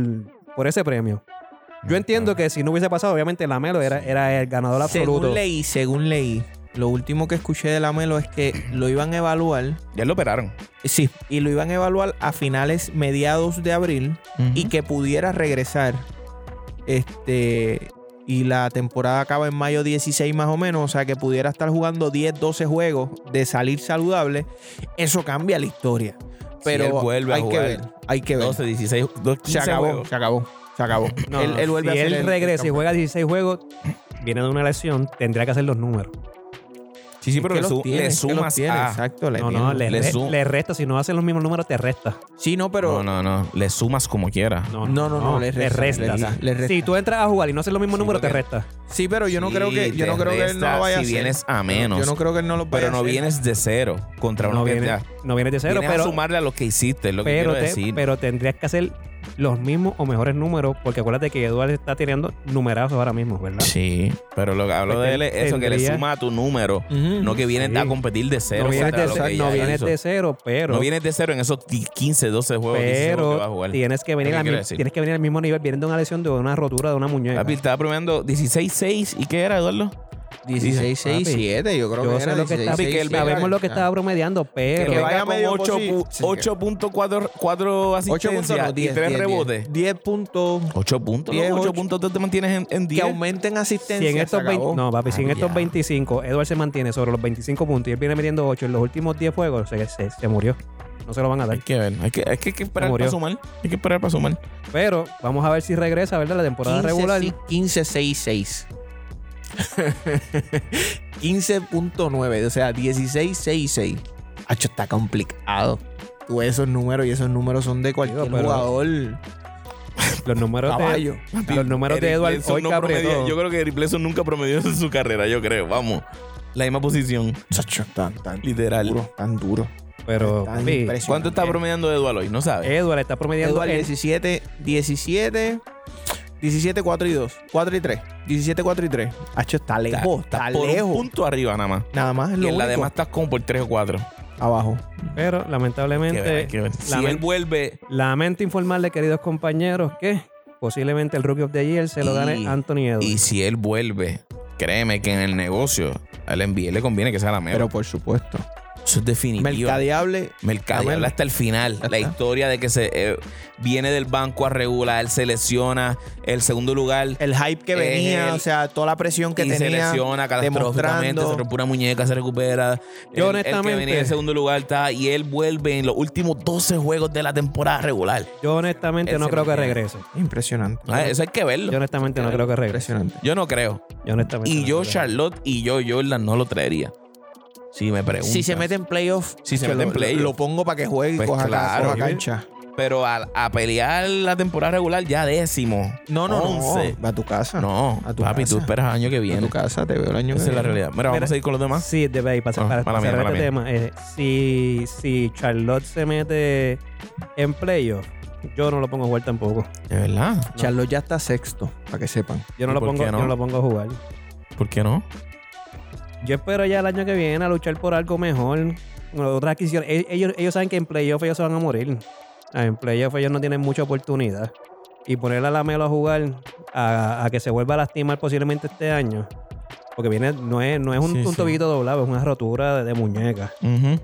Speaker 1: por ese premio.
Speaker 3: Ah,
Speaker 1: Yo entiendo
Speaker 2: Ah,
Speaker 1: que si no hubiese pasado, obviamente Lamelo era, era el ganador absoluto.
Speaker 3: Según leí, según leí, lo último que escuché de la Melo es que lo iban a evaluar. eh,
Speaker 2: Ya lo operaron.
Speaker 3: Sí, y lo iban a evaluar a finales, mediados de abril. y que pudiera regresar. Este. Y la temporada acaba en mayo 16 más o menos. O sea que pudiera estar jugando 10, 12 juegos de salir saludable. Eso cambia la historia. Pero
Speaker 2: él vuelve a
Speaker 3: hay que
Speaker 2: jugar
Speaker 3: ver. Hay que ver.
Speaker 2: 12, 16, 12, 15
Speaker 3: se acabó,
Speaker 2: juegos.
Speaker 3: se acabó. Se acabó.
Speaker 1: No,
Speaker 3: él, él vuelve
Speaker 1: si
Speaker 3: a ser
Speaker 1: él
Speaker 3: el- el
Speaker 1: regresa y
Speaker 3: campeón.
Speaker 1: juega 16 juegos, viene de una lesión, tendría que hacer los números.
Speaker 2: Sí, sí,
Speaker 3: Es
Speaker 2: pero
Speaker 3: que
Speaker 2: le,
Speaker 3: los
Speaker 2: su-
Speaker 3: tiene,
Speaker 2: le
Speaker 3: es que los
Speaker 2: sumas
Speaker 3: tiene,
Speaker 2: a-
Speaker 3: Exacto, le
Speaker 1: No,
Speaker 3: tiene.
Speaker 1: no, le,
Speaker 2: le
Speaker 1: re-
Speaker 2: sum-
Speaker 1: le resta. Si no hacen los mismos números, te resta.
Speaker 3: Sí, no, pero.
Speaker 2: No, no, no. Le sumas como quiera.
Speaker 1: No,
Speaker 3: No, no, no, le resta, le resta, le resta.
Speaker 1: Si tú entras a jugar y no haces los mismos
Speaker 2: Sí,
Speaker 1: números, te
Speaker 2: porque-
Speaker 1: resta.
Speaker 3: Sí, pero yo no
Speaker 2: Sí,
Speaker 3: creo que. Yo no
Speaker 2: te
Speaker 3: creo que él no
Speaker 2: resta
Speaker 3: lo vaya a
Speaker 2: si
Speaker 3: hacer.
Speaker 2: vienes a menos.
Speaker 3: Yo no creo que él no lo vaya
Speaker 2: Pero
Speaker 3: a
Speaker 2: no
Speaker 3: hacer.
Speaker 2: vienes de cero contra una
Speaker 1: No viene,
Speaker 2: piedra.
Speaker 1: no viene de cero,
Speaker 2: Vienes
Speaker 1: pero,
Speaker 2: a sumarle a lo que hiciste, es lo que
Speaker 1: pero,
Speaker 2: quiero
Speaker 1: te-
Speaker 2: decir.
Speaker 1: pero tendrías que hacer los mismos o mejores números, porque acuérdate que Eduardo está tirando numerazos ahora mismo, ¿verdad?
Speaker 2: sí, pero lo que hablo
Speaker 1: Pues
Speaker 2: de él es eso, que le
Speaker 1: tendría- Mm,
Speaker 2: suma a tu número.
Speaker 3: Ujú.
Speaker 2: No que vienes
Speaker 1: Sí.
Speaker 2: a competir de cero.
Speaker 1: no vienes
Speaker 2: contra
Speaker 1: de,
Speaker 2: lo
Speaker 1: cero-
Speaker 2: que
Speaker 1: no
Speaker 2: ya
Speaker 1: vienes
Speaker 2: hizo.
Speaker 1: de cero, pero,
Speaker 2: No vienes de cero en esos 15, 12 juegos, 16 juegos que vas a
Speaker 1: pero
Speaker 2: jugar.
Speaker 1: tienes, que
Speaker 2: Es
Speaker 1: venir
Speaker 2: lo que
Speaker 1: al
Speaker 2: quiero
Speaker 1: mi-
Speaker 2: decir.
Speaker 1: tienes que venir al mismo nivel. Vienes de una lesión, de una rotura, de una muñeca.
Speaker 2: Papi, estaba premiando 16-6. ¿Y qué era, Eduardo?
Speaker 3: 16, 6,
Speaker 1: Papi,
Speaker 3: 7, yo creo
Speaker 1: Yo
Speaker 3: que
Speaker 1: sé
Speaker 3: era
Speaker 1: lo que
Speaker 3: 16,
Speaker 1: está,
Speaker 2: papi, que él-
Speaker 3: sí,
Speaker 1: sabemos lo que
Speaker 3: era.
Speaker 1: estaba promediando, pero
Speaker 2: que
Speaker 3: vaya
Speaker 2: venga
Speaker 3: medio
Speaker 2: con ocho
Speaker 3: posi-
Speaker 2: pu-
Speaker 3: sí.
Speaker 2: 8.4
Speaker 3: 8 puntos,
Speaker 2: asistencias
Speaker 3: no,
Speaker 2: y
Speaker 3: 10,
Speaker 2: 3
Speaker 3: 10,
Speaker 2: rebotes.
Speaker 3: 10 puntos.
Speaker 2: 8 puntos,
Speaker 3: Diez,
Speaker 2: 8
Speaker 3: ocho.
Speaker 2: puntos tú te mantienes en- en
Speaker 3: Que
Speaker 2: 10.
Speaker 3: aumenten asistencia.
Speaker 1: si en estos
Speaker 3: se acabó.
Speaker 1: 20 no, papi, si en
Speaker 2: Ah,
Speaker 1: estos
Speaker 2: ya.
Speaker 1: 25 Edward se mantiene sobre los 25 puntos y él viene metiendo 8 en los últimos 10 juegos, se, se- se murió. No se lo van a dar.
Speaker 2: Hay que ver, hay que, hay que, hay que esperar
Speaker 1: murió.
Speaker 2: para sumar. Hay que esperar para sumar.
Speaker 1: Pero vamos a ver si regresa, ¿verdad? La temporada
Speaker 3: 15,
Speaker 1: regular.
Speaker 3: sí, 15, 6, <laughs> 6. 15.9, o sea, 16, 6, 6. Hacho, está complicado. Tú ves esos números y esos números son de cualquier
Speaker 1: Digo, pero-
Speaker 3: jugador.
Speaker 1: Los números de,
Speaker 3: Caballo.
Speaker 1: los números de
Speaker 2: Eric
Speaker 1: Edward
Speaker 2: Bledsoe
Speaker 1: hoy
Speaker 2: no promedió-
Speaker 1: cabreó.
Speaker 2: Yo creo que Eric Bledsoe nunca promedió en su carrera, yo creo. Vamos. La misma posición,
Speaker 3: Chacho, tan, tan
Speaker 2: literal.
Speaker 3: duro, tan duro.
Speaker 1: Pero, papi,
Speaker 3: Tan impresionante. Eh,
Speaker 2: ¿Cuánto está promediando Eduardo hoy? No sabes.
Speaker 1: Edward está promediando
Speaker 3: Edward
Speaker 1: el-
Speaker 3: 17, 17. 17, 4 y 2. 4 y 3. 17, 4 y 3. Hacho, está lejos. Está,
Speaker 2: Estás por
Speaker 3: lejos.
Speaker 2: un punto arriba nada más.
Speaker 3: Nada más es
Speaker 2: Y
Speaker 3: lo
Speaker 2: en la
Speaker 3: único.
Speaker 2: demás estás como por 3 o 4.
Speaker 3: Abajo.
Speaker 1: Pero lamentablemente,
Speaker 2: Si
Speaker 1: la
Speaker 2: él
Speaker 1: men-
Speaker 2: vuelve,
Speaker 1: lamento informarle, queridos compañeros, que posiblemente el Rookie of the Year se lo
Speaker 2: Y-
Speaker 1: gane Anthony
Speaker 2: y
Speaker 1: Edwards.
Speaker 2: si él vuelve, créeme que en el negocio al NBA le conviene que sea la mejor.
Speaker 3: Pero por supuesto.
Speaker 2: Eso es definitivo.
Speaker 3: Mercadeable.
Speaker 2: Mercado
Speaker 3: Amén.
Speaker 2: hasta el final.
Speaker 3: Ya
Speaker 2: La
Speaker 3: está.
Speaker 2: historia de que se eh, viene del banco a regular, se lesiona el segundo lugar
Speaker 3: El hype que
Speaker 2: Es
Speaker 3: venía,
Speaker 2: el-
Speaker 3: o sea, toda la presión que
Speaker 2: y
Speaker 3: tenía.
Speaker 2: se lesiona catastróficamente,
Speaker 3: demostrando.
Speaker 2: se rompe una muñeca, se recupera. El-
Speaker 1: Yo
Speaker 2: el, que
Speaker 1: honestamente-
Speaker 2: venía en segundo lugar está y él vuelve en los últimos 12 juegos de la temporada regular.
Speaker 1: Yo honestamente
Speaker 2: Él
Speaker 1: no
Speaker 2: se
Speaker 1: creo que
Speaker 2: mantiene.
Speaker 1: regrese.
Speaker 3: Impresionante.
Speaker 2: Ah, Eso hay que
Speaker 1: Yo
Speaker 2: verlo.
Speaker 1: honestamente no creo que regrese.
Speaker 3: Impresionante.
Speaker 2: Yo no creo.
Speaker 1: Yo honestamente no
Speaker 2: Y yo,
Speaker 1: creo que
Speaker 2: Charlotte, y yo, Jordan, no lo traería. Si me preguntan.
Speaker 3: Si se mete en playoff,
Speaker 2: Si se
Speaker 3: que
Speaker 2: mete en
Speaker 3: lo-
Speaker 2: playoff.
Speaker 3: Lo pongo para que juegue y
Speaker 2: Pues
Speaker 3: coja,
Speaker 2: claro.
Speaker 3: coja cancha.
Speaker 2: Pero a, a pelear la temporada regular ya décimo.
Speaker 3: No, no,
Speaker 2: once.
Speaker 3: no. Va a tu casa.
Speaker 2: No,
Speaker 3: A tu
Speaker 2: papi,
Speaker 3: casa.
Speaker 2: tú esperas año que
Speaker 3: A
Speaker 2: viene.
Speaker 3: tu casa te veo el año
Speaker 2: Esa
Speaker 3: que
Speaker 2: es la
Speaker 3: viene.
Speaker 2: realidad. Mira, vamos
Speaker 1: Mira,
Speaker 2: a seguir con los demás.
Speaker 1: Sí, de ahí, para, para,
Speaker 2: Ah, mala
Speaker 1: para
Speaker 2: mía,
Speaker 1: cerrar
Speaker 2: mala
Speaker 1: este
Speaker 2: mía.
Speaker 1: tema. eh, si, si Charlotte se mete en playoff, yo no lo pongo a jugar tampoco.
Speaker 2: De verdad.
Speaker 1: No.
Speaker 3: Charlotte ya está sexto, para que sepan.
Speaker 1: Yo no,
Speaker 2: ¿Y
Speaker 1: lo
Speaker 2: por
Speaker 1: pongo,
Speaker 2: qué no?
Speaker 1: yo no lo pongo a jugar.
Speaker 2: ¿Por qué no?
Speaker 1: Yo espero ya el año que viene a luchar por algo mejor. Otras adquisiciones. E- Ellos, ellos saben que en playoff ellos se van a morir. Ah, En playoff ellos no tienen mucha oportunidad. Y poner a Lamelo a jugar, a, a que se vuelva a lastimar posiblemente este año. Porque viene, no es, no es un,
Speaker 2: Sí,
Speaker 1: un
Speaker 2: sí.
Speaker 1: tobillito doblado, es una rotura de, de muñeca.
Speaker 2: Ujú.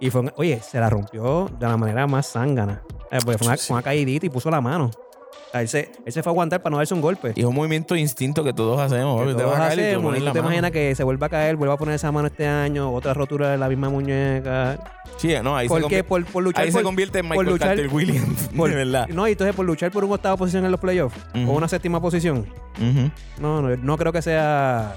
Speaker 1: Y fue, un- oye, se la rompió de la manera más zángana. Eh, porque fue una, fue una caidita y puso la mano. O sea, él, se, él se fue a aguantar para no darse un golpe.
Speaker 2: Y es un movimiento de instinto que todos hacemos.
Speaker 1: Que
Speaker 2: papi. Te
Speaker 1: todos
Speaker 2: vas a caer y te
Speaker 1: hacemos,
Speaker 2: pones
Speaker 1: y tú
Speaker 2: la
Speaker 1: te
Speaker 2: mano.
Speaker 1: imaginas que se vuelva a caer, vuelva a poner esa mano este año, otra rotura de la misma muñeca.
Speaker 2: Sí, no, ahí, se,
Speaker 1: Porque
Speaker 2: convierte,
Speaker 1: por, por luchar.
Speaker 2: ahí se
Speaker 1: por-
Speaker 2: convierte en Michael
Speaker 1: luchar-
Speaker 2: Carter Williams. <laughs>
Speaker 1: por-
Speaker 2: de verdad.
Speaker 1: No, y entonces por luchar por una octava posición en los playoffs
Speaker 2: Ujú.
Speaker 1: o una séptima posición.
Speaker 2: Ujú.
Speaker 1: No, no, no creo que sea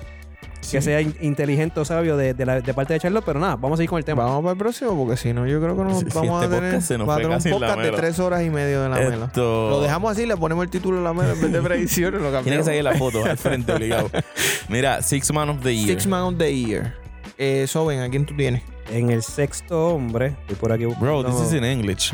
Speaker 2: Sí.
Speaker 1: que sea in- inteligente o sabio de, de la- de parte de Charlotte, pero nada, vamos a seguir con el tema.
Speaker 3: Vamos para el próximo, porque si no, yo creo que nos
Speaker 2: Si- si
Speaker 3: vamos
Speaker 2: este
Speaker 3: a tener,
Speaker 2: podcast se nos
Speaker 3: va a
Speaker 2: fue
Speaker 3: tener
Speaker 2: casi
Speaker 3: un
Speaker 2: en
Speaker 3: podcast
Speaker 2: la
Speaker 3: de
Speaker 2: mela.
Speaker 3: tres horas y media de la mela.
Speaker 2: Esto-
Speaker 3: Lo dejamos así, le ponemos el título de la mela en vez de predicciones, lo
Speaker 2: Tiene que
Speaker 3: cambiamos.
Speaker 2: salir la foto
Speaker 1: <laughs>
Speaker 2: al frente, obligado. Mira, Six Man of the Year.
Speaker 3: Six Man of the Year. Eh, Soben, ¿a quién tú tienes?
Speaker 1: En el sexto hombre, estoy por aquí
Speaker 2: Bro,
Speaker 1: buscando,
Speaker 2: this is in English.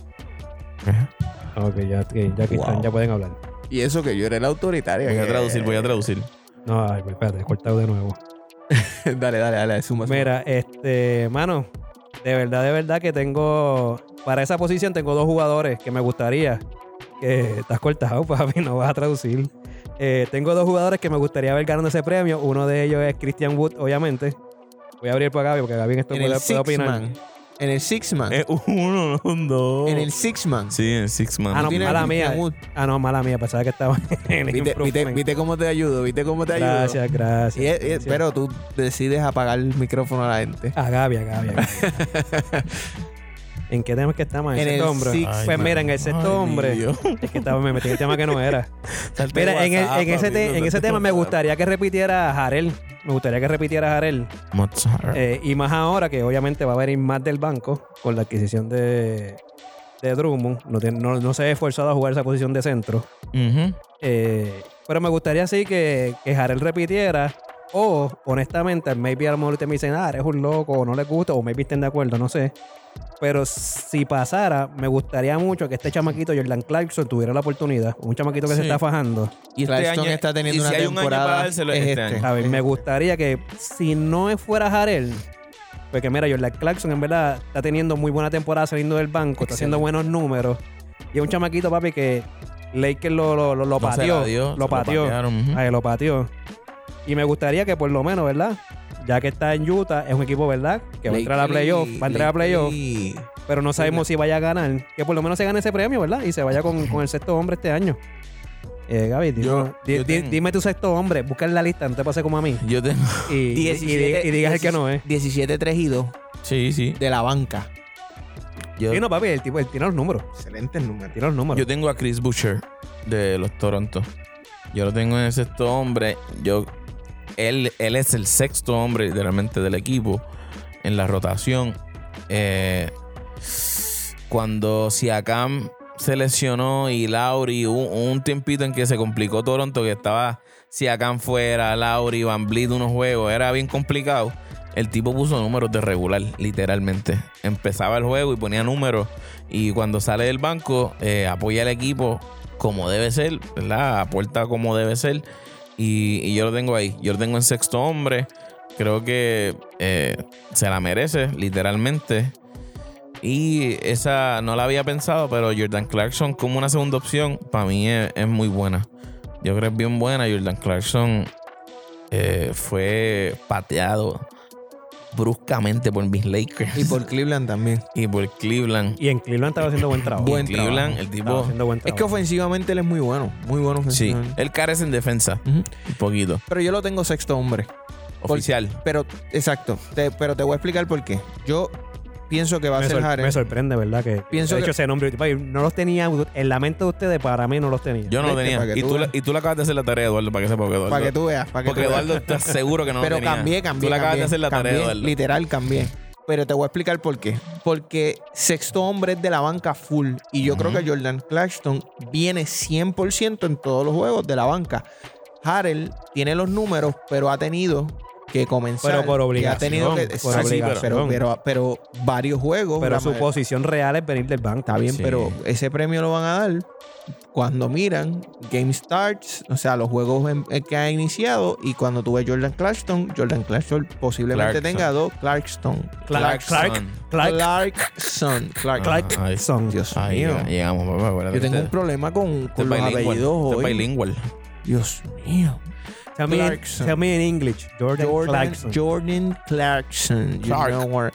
Speaker 1: Ok, ya, que- ya que
Speaker 3: Wow.
Speaker 1: están, ya pueden hablar.
Speaker 3: Y eso que yo era el autoritario.
Speaker 2: Voy a
Speaker 3: que-
Speaker 2: traducir, voy a traducir.
Speaker 1: No, ay, pues, espérate, cortado de nuevo.
Speaker 3: <laughs> dale, dale, dale, suma. suma.
Speaker 1: Mira, este, mano, de verdad, de verdad que tengo. Para esa posición tengo dos jugadores que me gustaría. Que estás cortado, <laughs> papi, no vas a traducir. Eh, tengo dos jugadores que me gustaría ver ganando ese premio. Uno de ellos es Christian Wood, obviamente. Voy a abrir para Gaby porque Gaby en esto
Speaker 3: En
Speaker 1: puede,
Speaker 3: el
Speaker 1: puede
Speaker 3: Six
Speaker 1: opinar.
Speaker 3: Man. En el Six
Speaker 1: Ah.
Speaker 3: Man.
Speaker 2: Eh, uno, no, dos.
Speaker 3: En el Six Man.
Speaker 2: Sí, en Six Man.
Speaker 1: Ah, no,
Speaker 3: Tú tienes
Speaker 1: mala
Speaker 3: el
Speaker 1: mía.
Speaker 3: Christian Wood.
Speaker 1: Ah, no, mala mía, pensaba que estaba en el
Speaker 3: Viste, viste,
Speaker 1: improvement.
Speaker 3: viste cómo te ayudo, viste cómo te ayudo.
Speaker 1: Gracias, gracias.
Speaker 3: Y es- y es-
Speaker 1: gracias.
Speaker 3: pero tú decides apagar el micrófono a la gente.
Speaker 1: A Gaby, a Gaby. a
Speaker 2: <laughs>
Speaker 1: Gaby. ¿En qué tenemos que estamos?
Speaker 3: En el
Speaker 1: hombro.
Speaker 3: Six
Speaker 1: Pues
Speaker 2: man.
Speaker 1: mira, en el sexto
Speaker 2: Ay, mi
Speaker 1: hombre.
Speaker 2: Dios.
Speaker 1: Es que estaba, me metí en el tema que no era.
Speaker 2: <laughs> Salte
Speaker 1: Mira, en, el-
Speaker 2: WhatsApp,
Speaker 1: en ese,
Speaker 2: papi,
Speaker 1: te-
Speaker 2: no
Speaker 1: en ese
Speaker 2: salte
Speaker 1: tema me
Speaker 2: WhatsApp.
Speaker 1: gustaría que repitiera a Jarel. Me gustaría que repitiera a Jarel.
Speaker 2: Mozart.
Speaker 1: Eh, y más ahora que obviamente va a venir más del banco con la adquisición de, de Drummond. No, tiene- no, no se ha esforzado a jugar esa posición de centro.
Speaker 2: Ujú.
Speaker 1: Eh, pero me gustaría sí que, que Jarel repitiera. O, honestamente, maybe a lo mejor te me dicen, ah, eres un loco, o no le gusta, o maybe estén de acuerdo, no sé. Pero si pasara, me gustaría mucho que este chamaquito, Jordan Clarkson, tuviera la oportunidad. Un chamaquito que se
Speaker 2: Sí.
Speaker 1: está fajando.
Speaker 3: Y
Speaker 2: este
Speaker 3: Clarston
Speaker 2: año-
Speaker 3: está teniendo
Speaker 2: y
Speaker 3: una
Speaker 2: si hay un año
Speaker 3: temporada.
Speaker 2: para dárselo,
Speaker 3: es
Speaker 2: es este
Speaker 3: este.
Speaker 2: año.
Speaker 1: A ver, me gustaría que si no fuera Jarel, porque mira, Jordan Clarkson en verdad está teniendo muy buena temporada saliendo del banco, está haciendo buenos números. Y es un chamaquito, papi, que Lakers lo, lo, lo, lo
Speaker 2: No se la
Speaker 1: pateó.
Speaker 2: dio, se
Speaker 1: lo pateó.
Speaker 2: patearon, ujú.
Speaker 1: Ay, lo pateó. Y me gustaría que por lo menos, ¿verdad? Ya que está en Utah, es un equipo, ¿verdad? Que va a entrar a
Speaker 3: Blakely-
Speaker 1: playoff, va a entrar a playoff,
Speaker 3: Blakely-
Speaker 1: pero no sabemos si vaya a ganar. Que por lo menos se gane ese premio, ¿verdad? Y se vaya con, con el sexto hombre este año. Eh, Gaby, di-
Speaker 2: Yo-
Speaker 1: di- di-
Speaker 2: yo tengo-
Speaker 1: dime tu sexto hombre, busca en la lista, no te pase como a mí
Speaker 2: Yo tengo.
Speaker 1: y, y- y- y digas el que no ¿eh? es.
Speaker 3: 17, 3 y 2
Speaker 2: Sí, sí.
Speaker 3: de la banca.
Speaker 2: Yo,
Speaker 1: Sí, no, papi, el tipo él tiene los números.
Speaker 3: Excelente el número.
Speaker 1: Tiene los números.
Speaker 2: yo tengo a Chris Butcher de los Toronto. Yo lo tengo en el sexto hombre. Yo, él, él es el sexto hombre literalmente del equipo en la rotación. Eh, cuando Siakam se lesionó y Lauri, hubo un tiempito en que se complicó Toronto, que estaba Siakam fuera, Lauri, Van Vliet, unos juegos, era bien complicado. El tipo puso números de regular, literalmente. Empezaba el juego y ponía números. Y cuando sale del banco, eh, apoya al equipo como debe ser, ¿verdad? Aporta como debe ser. Y, y yo lo tengo ahí. Yo lo tengo en sexto hombre. Creo que eh, se la merece, literalmente. Y esa no la había pensado, pero Jordan Clarkson como una segunda opción, para mí es, es muy buena. Yo creo que es bien buena. Jordan Clarkson eh, fue pateado bruscamente por mis Lakers
Speaker 3: Y por Cleveland también.
Speaker 2: y por Cleveland.
Speaker 1: Y en Cleveland estaba haciendo buen trabajo.
Speaker 2: Y en
Speaker 3: Buen
Speaker 2: Cleveland, el
Speaker 1: Estaba
Speaker 2: tipo.
Speaker 1: haciendo buen
Speaker 3: Es que
Speaker 1: trabajo.
Speaker 3: ofensivamente él es muy bueno. Muy bueno
Speaker 2: Sí,
Speaker 3: ofensivamente.
Speaker 2: él carece en defensa.
Speaker 3: Ujú.
Speaker 2: Un poquito.
Speaker 3: Pero yo lo tengo sexto hombre. Por-
Speaker 2: Oficial.
Speaker 3: Pero, exacto. Te- pero te voy a explicar por qué. Yo pienso que va a
Speaker 1: me,
Speaker 3: ser
Speaker 1: sor- me
Speaker 3: Harden.
Speaker 1: sorprende, ¿verdad? Que,
Speaker 3: Pienso
Speaker 1: de hecho,
Speaker 3: que-
Speaker 1: ese nombre, tipo, no los tenía. En la mente de ustedes, para mí no los tenía.
Speaker 2: Yo no lo
Speaker 3: Viste,
Speaker 2: tenía.
Speaker 3: para que
Speaker 2: Y
Speaker 3: tú
Speaker 2: tú, la-
Speaker 3: veas.
Speaker 2: y tú le acabas de hacer la tarea, Eduardo, para que sepa que Eduardo.
Speaker 3: Para que tú veas. Para que
Speaker 2: porque
Speaker 3: tú veas.
Speaker 2: Eduardo está seguro que no
Speaker 3: pero
Speaker 2: lo tenía.
Speaker 3: cambié, cambié.
Speaker 2: Tú le acabas
Speaker 3: cambié,
Speaker 2: de hacer la tarea,
Speaker 3: cambié,
Speaker 2: Eduardo.
Speaker 3: Literal, cambié. Pero te voy a explicar por qué. Porque sexto hombre es de la banca full. Y yo creo
Speaker 2: Ujú.
Speaker 3: que Jordan Clashton viene 100% en todos los juegos de la banca. Harrell tiene los números, pero ha tenido que comenzar.
Speaker 1: Pero por
Speaker 3: y
Speaker 1: obligación,
Speaker 3: ha tenido que,
Speaker 1: por
Speaker 3: Sí, sí, pero-
Speaker 1: obligación.
Speaker 3: Pero, pero, varios juegos.
Speaker 1: pero
Speaker 3: la
Speaker 1: su
Speaker 3: ma-
Speaker 1: posición real es venir del banco.
Speaker 3: Está bien,
Speaker 2: Sí.
Speaker 3: pero ese premio lo van a dar cuando miran Game Starts, o sea, los juegos en- en que ha iniciado. Y cuando tú ves Jordan Clarkson, Jordan Clarkson posiblemente
Speaker 2: Clarkson.
Speaker 3: tenga dos Clarkson.
Speaker 1: Clark, Clark, Clark,
Speaker 3: Clarkson. Clark-
Speaker 2: Ah,
Speaker 1: Clark-
Speaker 2: ahí-
Speaker 1: son.
Speaker 3: Dios
Speaker 2: Ahí
Speaker 3: mío.
Speaker 2: llega- llegamos, papá. acuérdate.
Speaker 3: Yo tengo un
Speaker 2: Este-
Speaker 3: problema con,
Speaker 2: este
Speaker 3: con
Speaker 2: es
Speaker 3: los
Speaker 2: bilingüe,
Speaker 3: apellidos
Speaker 2: este es
Speaker 3: hoy.
Speaker 2: bilingüe.
Speaker 3: Dios mío.
Speaker 1: Tell me, in-
Speaker 3: Clarkson.
Speaker 1: tell me in English. Jordan,
Speaker 3: Jordan
Speaker 1: Clarkson.
Speaker 3: Jordan Clarkson. You
Speaker 2: Clark.
Speaker 3: know what-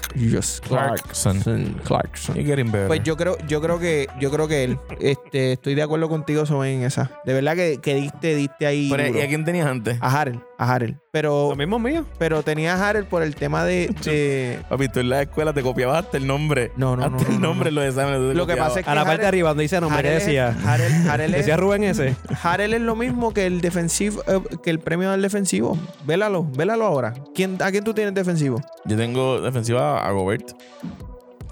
Speaker 2: Clark.
Speaker 3: Just
Speaker 2: Clarkson.
Speaker 3: Clarkson. Clarkson.
Speaker 2: You're getting better.
Speaker 3: Pues yo creo, yo creo que, yo creo que él, este, estoy de acuerdo contigo, Soben, en esa. De verdad que, que diste, diste ahí
Speaker 2: Pero,
Speaker 3: duro.
Speaker 2: ¿Y a quién tenías antes?
Speaker 3: a Harrell, a Harrell. Pero,
Speaker 1: Lo mismo mío.
Speaker 3: pero tenía a Harrell por el
Speaker 1: <laughs>
Speaker 3: tema de, de-
Speaker 2: Papi, tú en la escuela te copiabas hasta el nombre.
Speaker 3: No, no, no,
Speaker 2: Hasta
Speaker 3: no,
Speaker 2: el
Speaker 3: no,
Speaker 2: nombre en los exámenes. tú te
Speaker 3: Lo que
Speaker 2: copiabas.
Speaker 3: pasa es que
Speaker 1: A la parte de
Speaker 3: Harrell-
Speaker 1: arriba donde dice nombre, ¿qué
Speaker 3: Harrell es-
Speaker 1: decía?
Speaker 3: Harrell- Harrell es-
Speaker 1: <laughs> Decía Rubén ese.
Speaker 3: Harrell es lo mismo que el defensivo, eh, que el premio del defensivo. Vélalo, vélalo ahora. ¿Quién, ¿A quién tú tienes defensivo?
Speaker 2: Yo tengo defensiva a Gobert.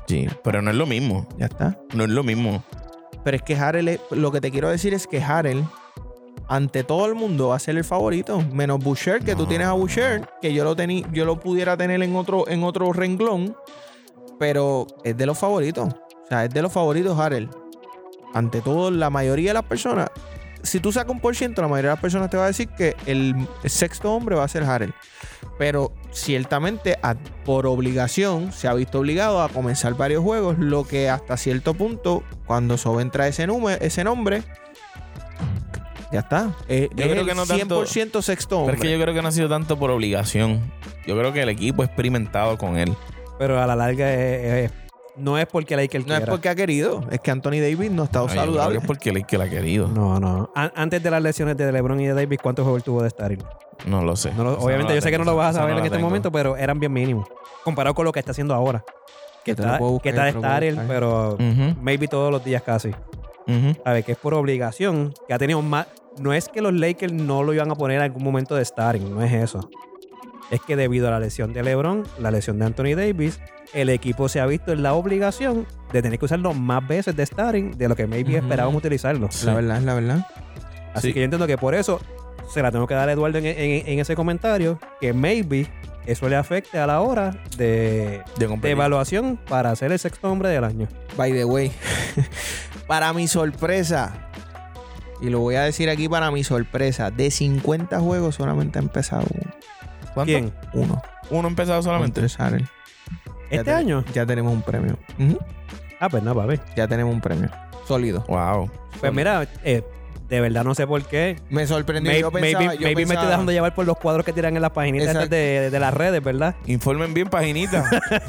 Speaker 2: Sí, pero no es lo mismo.
Speaker 3: Ya está.
Speaker 2: No es lo mismo.
Speaker 3: Pero es que Harrell, es- lo que te quiero decir es que Harrell, ante todo el mundo, va a ser el favorito. Menos Boucher, que tú
Speaker 2: No.
Speaker 3: tienes a Boucher, que yo lo tení, yo lo pudiera tener en otro, en otro renglón. Pero es de los favoritos. O sea, es de los favoritos Harrell. Ante todo, la mayoría de las personas. Si tú sacas un por ciento, la mayoría de las personas te va a decir que el sexto hombre va a ser Harrell. Pero ciertamente, a- por obligación, se ha visto obligado a comenzar varios juegos, lo que hasta cierto punto, cuando Soben trae ese, nume- ese nombre, ya está. Eh,
Speaker 2: Yo
Speaker 3: es
Speaker 2: creo
Speaker 3: el
Speaker 2: que no tanto-
Speaker 3: 100% sexto
Speaker 2: Pero
Speaker 3: hombre.
Speaker 2: es que yo creo que no ha sido tanto por obligación. Yo creo que el equipo ha experimentado con él.
Speaker 1: Pero a la larga es- es- no es porque la Iker
Speaker 3: no es
Speaker 1: quiera.
Speaker 3: porque ha querido, es que Anthony Davis no ha estado
Speaker 2: Ay, yo creo
Speaker 3: saludable.
Speaker 2: que es porque el que la ha querido. No,
Speaker 1: No, no. An- antes de las lesiones de LeBron y de Davis, ¿cuántos juegos tuvo de Starring?
Speaker 2: lo sé.
Speaker 1: No lo-
Speaker 2: Esa
Speaker 1: obviamente,
Speaker 2: la
Speaker 1: yo sé que no
Speaker 2: tengo,
Speaker 1: lo vas a
Speaker 2: esa
Speaker 1: saber
Speaker 2: no
Speaker 1: en
Speaker 2: la
Speaker 1: este
Speaker 2: tengo.
Speaker 1: momento, pero eran bien mínimos. Comparado con lo que está haciendo ahora. Que
Speaker 3: Yo te lo
Speaker 1: está,
Speaker 3: puedo buscar,
Speaker 1: que está
Speaker 3: yo
Speaker 1: de
Speaker 3: te lo puedo
Speaker 1: Starring,
Speaker 3: buscar.
Speaker 1: pero
Speaker 2: Ujú,
Speaker 1: maybe todos los días casi.
Speaker 2: ujú.
Speaker 1: A ver, que es por obligación, que ha tenido más. No es que los Lakers no lo iban a poner en algún momento de starting, no es eso. Es que debido a la lesión de LeBron, la lesión de Anthony Davis, el equipo se ha visto en la obligación de tener que usarlo más veces de starting de lo que maybe
Speaker 3: Ujú.
Speaker 1: esperábamos utilizarlo.
Speaker 2: Sí.
Speaker 3: La verdad, es la verdad.
Speaker 1: Así
Speaker 2: Sí.
Speaker 1: que yo entiendo que por eso se la tengo que dar a Eduardo en, en- en ese comentario, que maybe eso le afecte a la hora de,
Speaker 2: De
Speaker 1: de
Speaker 2: competir.
Speaker 1: evaluación para ser el sexto hombre del año.
Speaker 3: By the way, <laughs> para mi sorpresa, y lo voy a decir aquí para mi sorpresa, de 50 juegos solamente ha empezado uno.
Speaker 2: ¿Cuánto?
Speaker 1: ¿Quién?
Speaker 3: uno.
Speaker 2: Uno empezado solamente.
Speaker 3: Contra Sarel. Ya
Speaker 1: ¿Este
Speaker 3: te-
Speaker 1: año?
Speaker 3: Ya tenemos un premio. Ujú.
Speaker 1: Ah, pues no, papi.
Speaker 3: Ya tenemos un premio. Sólido.
Speaker 2: Wow.
Speaker 1: Pues mira, eh, de verdad no sé por qué.
Speaker 3: Me sorprendió.
Speaker 1: May-
Speaker 3: yo
Speaker 1: maybe
Speaker 3: pensaba, yo
Speaker 1: maybe me
Speaker 3: pensaba-
Speaker 1: estoy dejando llevar por los cuadros que tiran en las paginitas
Speaker 3: Exacto.
Speaker 1: estas de, de las redes, ¿verdad?
Speaker 2: Informen
Speaker 1: <laughs>
Speaker 2: bien, paginita.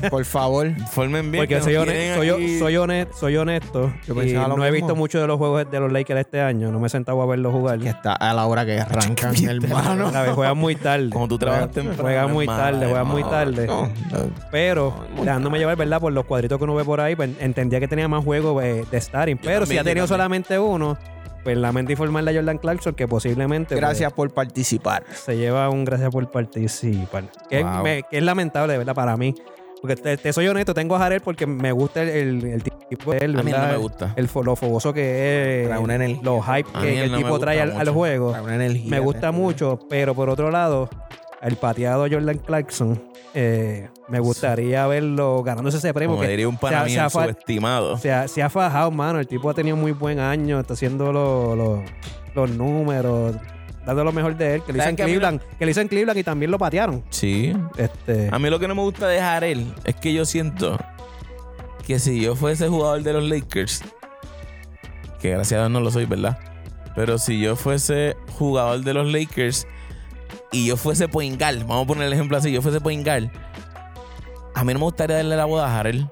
Speaker 3: Por favor.
Speaker 2: Informen bien.
Speaker 1: Porque
Speaker 2: que
Speaker 1: soy,
Speaker 2: nos
Speaker 1: hone-
Speaker 2: tienen
Speaker 1: soy,
Speaker 2: aquí.
Speaker 1: soy hone- soy honesto.
Speaker 3: Yo
Speaker 1: y
Speaker 3: pensaba
Speaker 1: no
Speaker 3: lo
Speaker 1: he
Speaker 3: mismo.
Speaker 1: visto mucho de los juegos de los Lakers este año. No me he sentado a verlos jugar.
Speaker 3: Que está a la hora
Speaker 1: <laughs>
Speaker 3: que arrancan, hermano.
Speaker 1: La vez, juegan muy tarde.
Speaker 2: Como tú trabajas
Speaker 1: Juegan-
Speaker 2: temprano,
Speaker 1: Juegan muy
Speaker 2: hermano.
Speaker 1: tarde, juegan muy tarde.
Speaker 3: No, no.
Speaker 1: Pero
Speaker 3: No, muy
Speaker 1: dejándome llevar, ¿verdad? Por los cuadritos que uno ve por ahí, pues entendía que tenía más juegos eh, de starting. Pero si
Speaker 2: también,
Speaker 1: ha
Speaker 2: yo
Speaker 1: tenido
Speaker 2: también.
Speaker 1: solamente uno, Pues lamento informarle a Jordan Clarkson que posiblemente pues,
Speaker 3: Gracias por participar.
Speaker 1: se lleva un gracias por participar. Que,
Speaker 2: Wow.
Speaker 1: es, me- que es lamentable, de ¿verdad? Para mí. Porque te, te soy honesto, tengo a Jarel porque me gusta el, el- el tipo de él,
Speaker 2: A mí no
Speaker 1: ¿verdad?
Speaker 2: me gusta.
Speaker 1: El fo- lo fogoso que es.
Speaker 3: Trae una energía.
Speaker 1: Los hype
Speaker 2: A
Speaker 1: que
Speaker 2: mí él
Speaker 1: el
Speaker 2: no me
Speaker 1: tipo trae
Speaker 2: gusta
Speaker 1: al, al
Speaker 2: mucho.
Speaker 1: juego.
Speaker 3: Trae una energía.
Speaker 1: Me gusta mucho, pero por otro lado, el pateado Jordan Clarkson, eh, me gustaría verlo ganándose ese premio.
Speaker 2: Como
Speaker 1: que
Speaker 2: diría un
Speaker 1: se
Speaker 2: pana
Speaker 1: ha- se
Speaker 2: mío,
Speaker 1: ha fa-
Speaker 2: subestimado.
Speaker 1: se, ha, se ha fajado, mano. El tipo ha tenido muy buen año, está haciendo lo- lo- los números, dando lo mejor de él, que lo hizo
Speaker 2: ¿Sabes
Speaker 1: en
Speaker 2: qué? A mí
Speaker 1: Cleveland, que lo hizo en Cleveland y también lo patearon.
Speaker 2: Sí.
Speaker 1: Este,
Speaker 2: A mí lo que no me gusta de Jarel es que yo siento que si yo fuese jugador de los Lakers, que gracias a Dios no lo soy, ¿verdad? Pero si yo fuese jugador de los Lakers y yo fuese Poingal, vamos a poner el ejemplo así, yo fuese Poingal, a mí no me gustaría darle la boda a Jarel.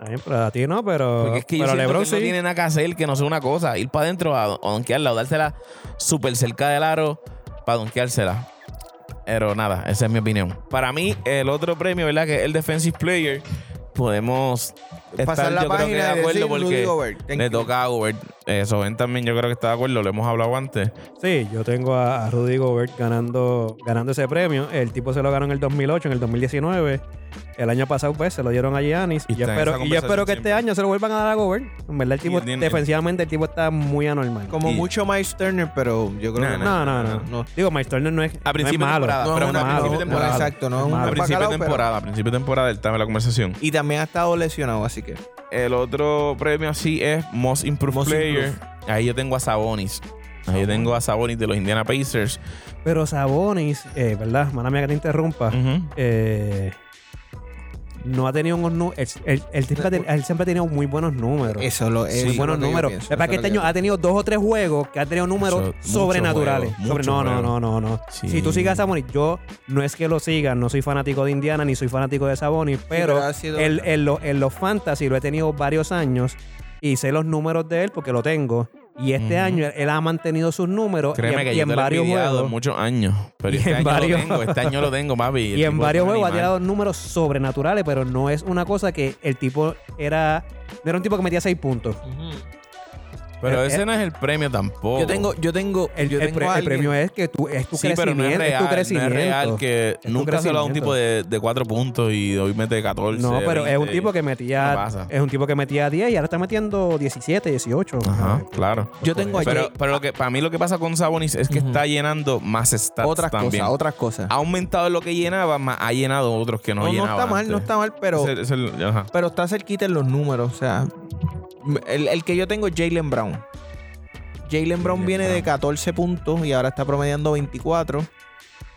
Speaker 1: a mí, pero a ti no, pero,
Speaker 3: Ah,
Speaker 2: Porque es que yo
Speaker 1: pero
Speaker 2: siento
Speaker 1: LeBron
Speaker 2: que
Speaker 1: sí.
Speaker 2: no tiene nada que hacer, que no sea una cosa. Ir para adentro a, a donkearla o dársela súper cerca del aro para donkeársela. Pero nada, esa es mi opinión. Para mí, el otro premio, ¿verdad? Que es el Defensive Player. Podemos estar,
Speaker 3: Pasar la
Speaker 2: yo creo que
Speaker 3: página
Speaker 2: de
Speaker 3: y decir
Speaker 2: acuerdo
Speaker 3: Rudy
Speaker 2: porque
Speaker 3: Gobert. Thank
Speaker 2: le
Speaker 3: you.
Speaker 2: toca a Gobert. Eso, Ben también yo creo que está de acuerdo, lo hemos hablado antes.
Speaker 1: Sí, yo tengo a, a Rudy Gobert ganando, ganando ese premio. El tipo se lo ganó en el 2008, en el 2019. El año pasado, pues, se lo dieron a Giannis.
Speaker 2: Y
Speaker 1: Y yo
Speaker 2: está en
Speaker 1: espero,
Speaker 2: esa
Speaker 1: y yo espero que
Speaker 2: conversación
Speaker 1: este año se lo vuelvan a dar a Gobert. En verdad, el tipo,
Speaker 2: entiendo.
Speaker 1: defensivamente, el tipo está muy anormal.
Speaker 3: Como
Speaker 2: Y-
Speaker 3: mucho Miles Turner, pero yo creo
Speaker 2: No,
Speaker 3: que
Speaker 1: No, no, no.
Speaker 3: No.
Speaker 1: Digo, Mike Turner no es, no es
Speaker 2: principio de
Speaker 1: malo.
Speaker 2: temporada,
Speaker 1: No,
Speaker 2: pero
Speaker 1: es
Speaker 2: a
Speaker 1: malo.
Speaker 2: principio de temporada.
Speaker 1: No,
Speaker 3: Exacto, no,
Speaker 1: es
Speaker 3: un
Speaker 1: malo.
Speaker 2: A principio
Speaker 3: bacalao,
Speaker 2: de
Speaker 3: Ah, pero-
Speaker 2: temporada, a principio de temporada él estaba en la conversación.
Speaker 3: Y también ha estado lesionado, así que.
Speaker 2: El otro premio así es Most Improved
Speaker 3: Most
Speaker 2: Player. Ahí yo tengo a Sabonis. Ahí yo tengo a Sabonis de los Indiana Pacers.
Speaker 1: Pero Sabonis, eh, ¿verdad? Mala mía que te interrumpa.
Speaker 2: Ujú.
Speaker 1: Eh, no ha tenido unos nu- él- él- él siempre ha ten- él siempre ha tenido muy buenos números.
Speaker 3: Eso lo
Speaker 2: Sí,
Speaker 3: es.
Speaker 1: muy
Speaker 2: eso
Speaker 1: buenos números. Es para que este año ha tenido dos o tres juegos que ha tenido números
Speaker 2: Eso, mucho
Speaker 1: sobrenaturales.
Speaker 2: juego,
Speaker 1: Sobre-
Speaker 2: mucho
Speaker 1: no, no,
Speaker 2: juego.
Speaker 1: no, no, no.
Speaker 2: Sí.
Speaker 1: Si tú sigas a Sabonis, yo no es que lo siga, no soy fanático de Indiana ni soy fanático de Sabonis, pero
Speaker 3: ha sido-
Speaker 1: en, en lo- en los fantasy lo he tenido varios años y sé los números de él porque lo tengo. Y este
Speaker 2: Ujú.
Speaker 1: año él, él ha mantenido sus números y,
Speaker 2: Créeme
Speaker 1: en-
Speaker 2: que
Speaker 1: y
Speaker 2: yo
Speaker 1: en
Speaker 2: te lo he
Speaker 1: varios
Speaker 2: envidiado
Speaker 1: juegos.
Speaker 2: muchos años. Pero
Speaker 1: Y
Speaker 2: este
Speaker 1: en
Speaker 2: año
Speaker 1: varios-
Speaker 2: lo tengo. Este año lo tengo, papi.
Speaker 1: <laughs>
Speaker 2: El
Speaker 1: Y en
Speaker 2: tipo
Speaker 1: varios
Speaker 2: es un
Speaker 1: juegos ha
Speaker 2: animal.
Speaker 1: tirado números sobrenaturales, pero no es una cosa que el tipo era. No era un tipo que metía seis puntos.
Speaker 2: Pero
Speaker 1: Eh,
Speaker 2: ese
Speaker 1: eh,
Speaker 2: no es el premio tampoco.
Speaker 3: Yo tengo, yo tengo,
Speaker 1: El,
Speaker 3: yo
Speaker 1: el
Speaker 3: tengo
Speaker 1: pre- el
Speaker 3: a alguien-
Speaker 1: premio es que tú, es tu
Speaker 2: Sí, pero
Speaker 1: crecimiento.
Speaker 2: no es real.
Speaker 1: tu crecimiento.
Speaker 2: No es real que
Speaker 1: tu
Speaker 2: nunca se lo da un
Speaker 1: crecimiento.
Speaker 2: tipo de, de cuatro puntos y hoy mete 14.
Speaker 1: No, pero es un
Speaker 2: 20.
Speaker 1: tipo que metía.
Speaker 2: No pasa.
Speaker 1: es un tipo que metía 10 y ahora está metiendo 17, 18.
Speaker 2: Ajá,
Speaker 1: ¿sabes?
Speaker 2: claro.
Speaker 3: Yo tengo a
Speaker 2: Pero,
Speaker 3: Jay-
Speaker 2: pero lo que, para mí lo que pasa con Sabonis es que
Speaker 3: Ujú.
Speaker 2: está llenando más stats
Speaker 3: otras
Speaker 2: también.
Speaker 3: cosas, otras cosas.
Speaker 2: ha aumentado lo que llenaba, más ha llenado otros que no,
Speaker 3: Ah, No, no
Speaker 2: llenaba.
Speaker 3: está mal, no
Speaker 2: antes.
Speaker 3: está mal, pero,
Speaker 2: Ese- ese es el- ajá.
Speaker 3: pero está cerquita en los números. O sea, el, el que yo tengo es Jalen Brown. Jalen Brown
Speaker 2: Jaylen
Speaker 3: viene de
Speaker 2: Brown.
Speaker 3: 14 puntos y ahora está promediando 24.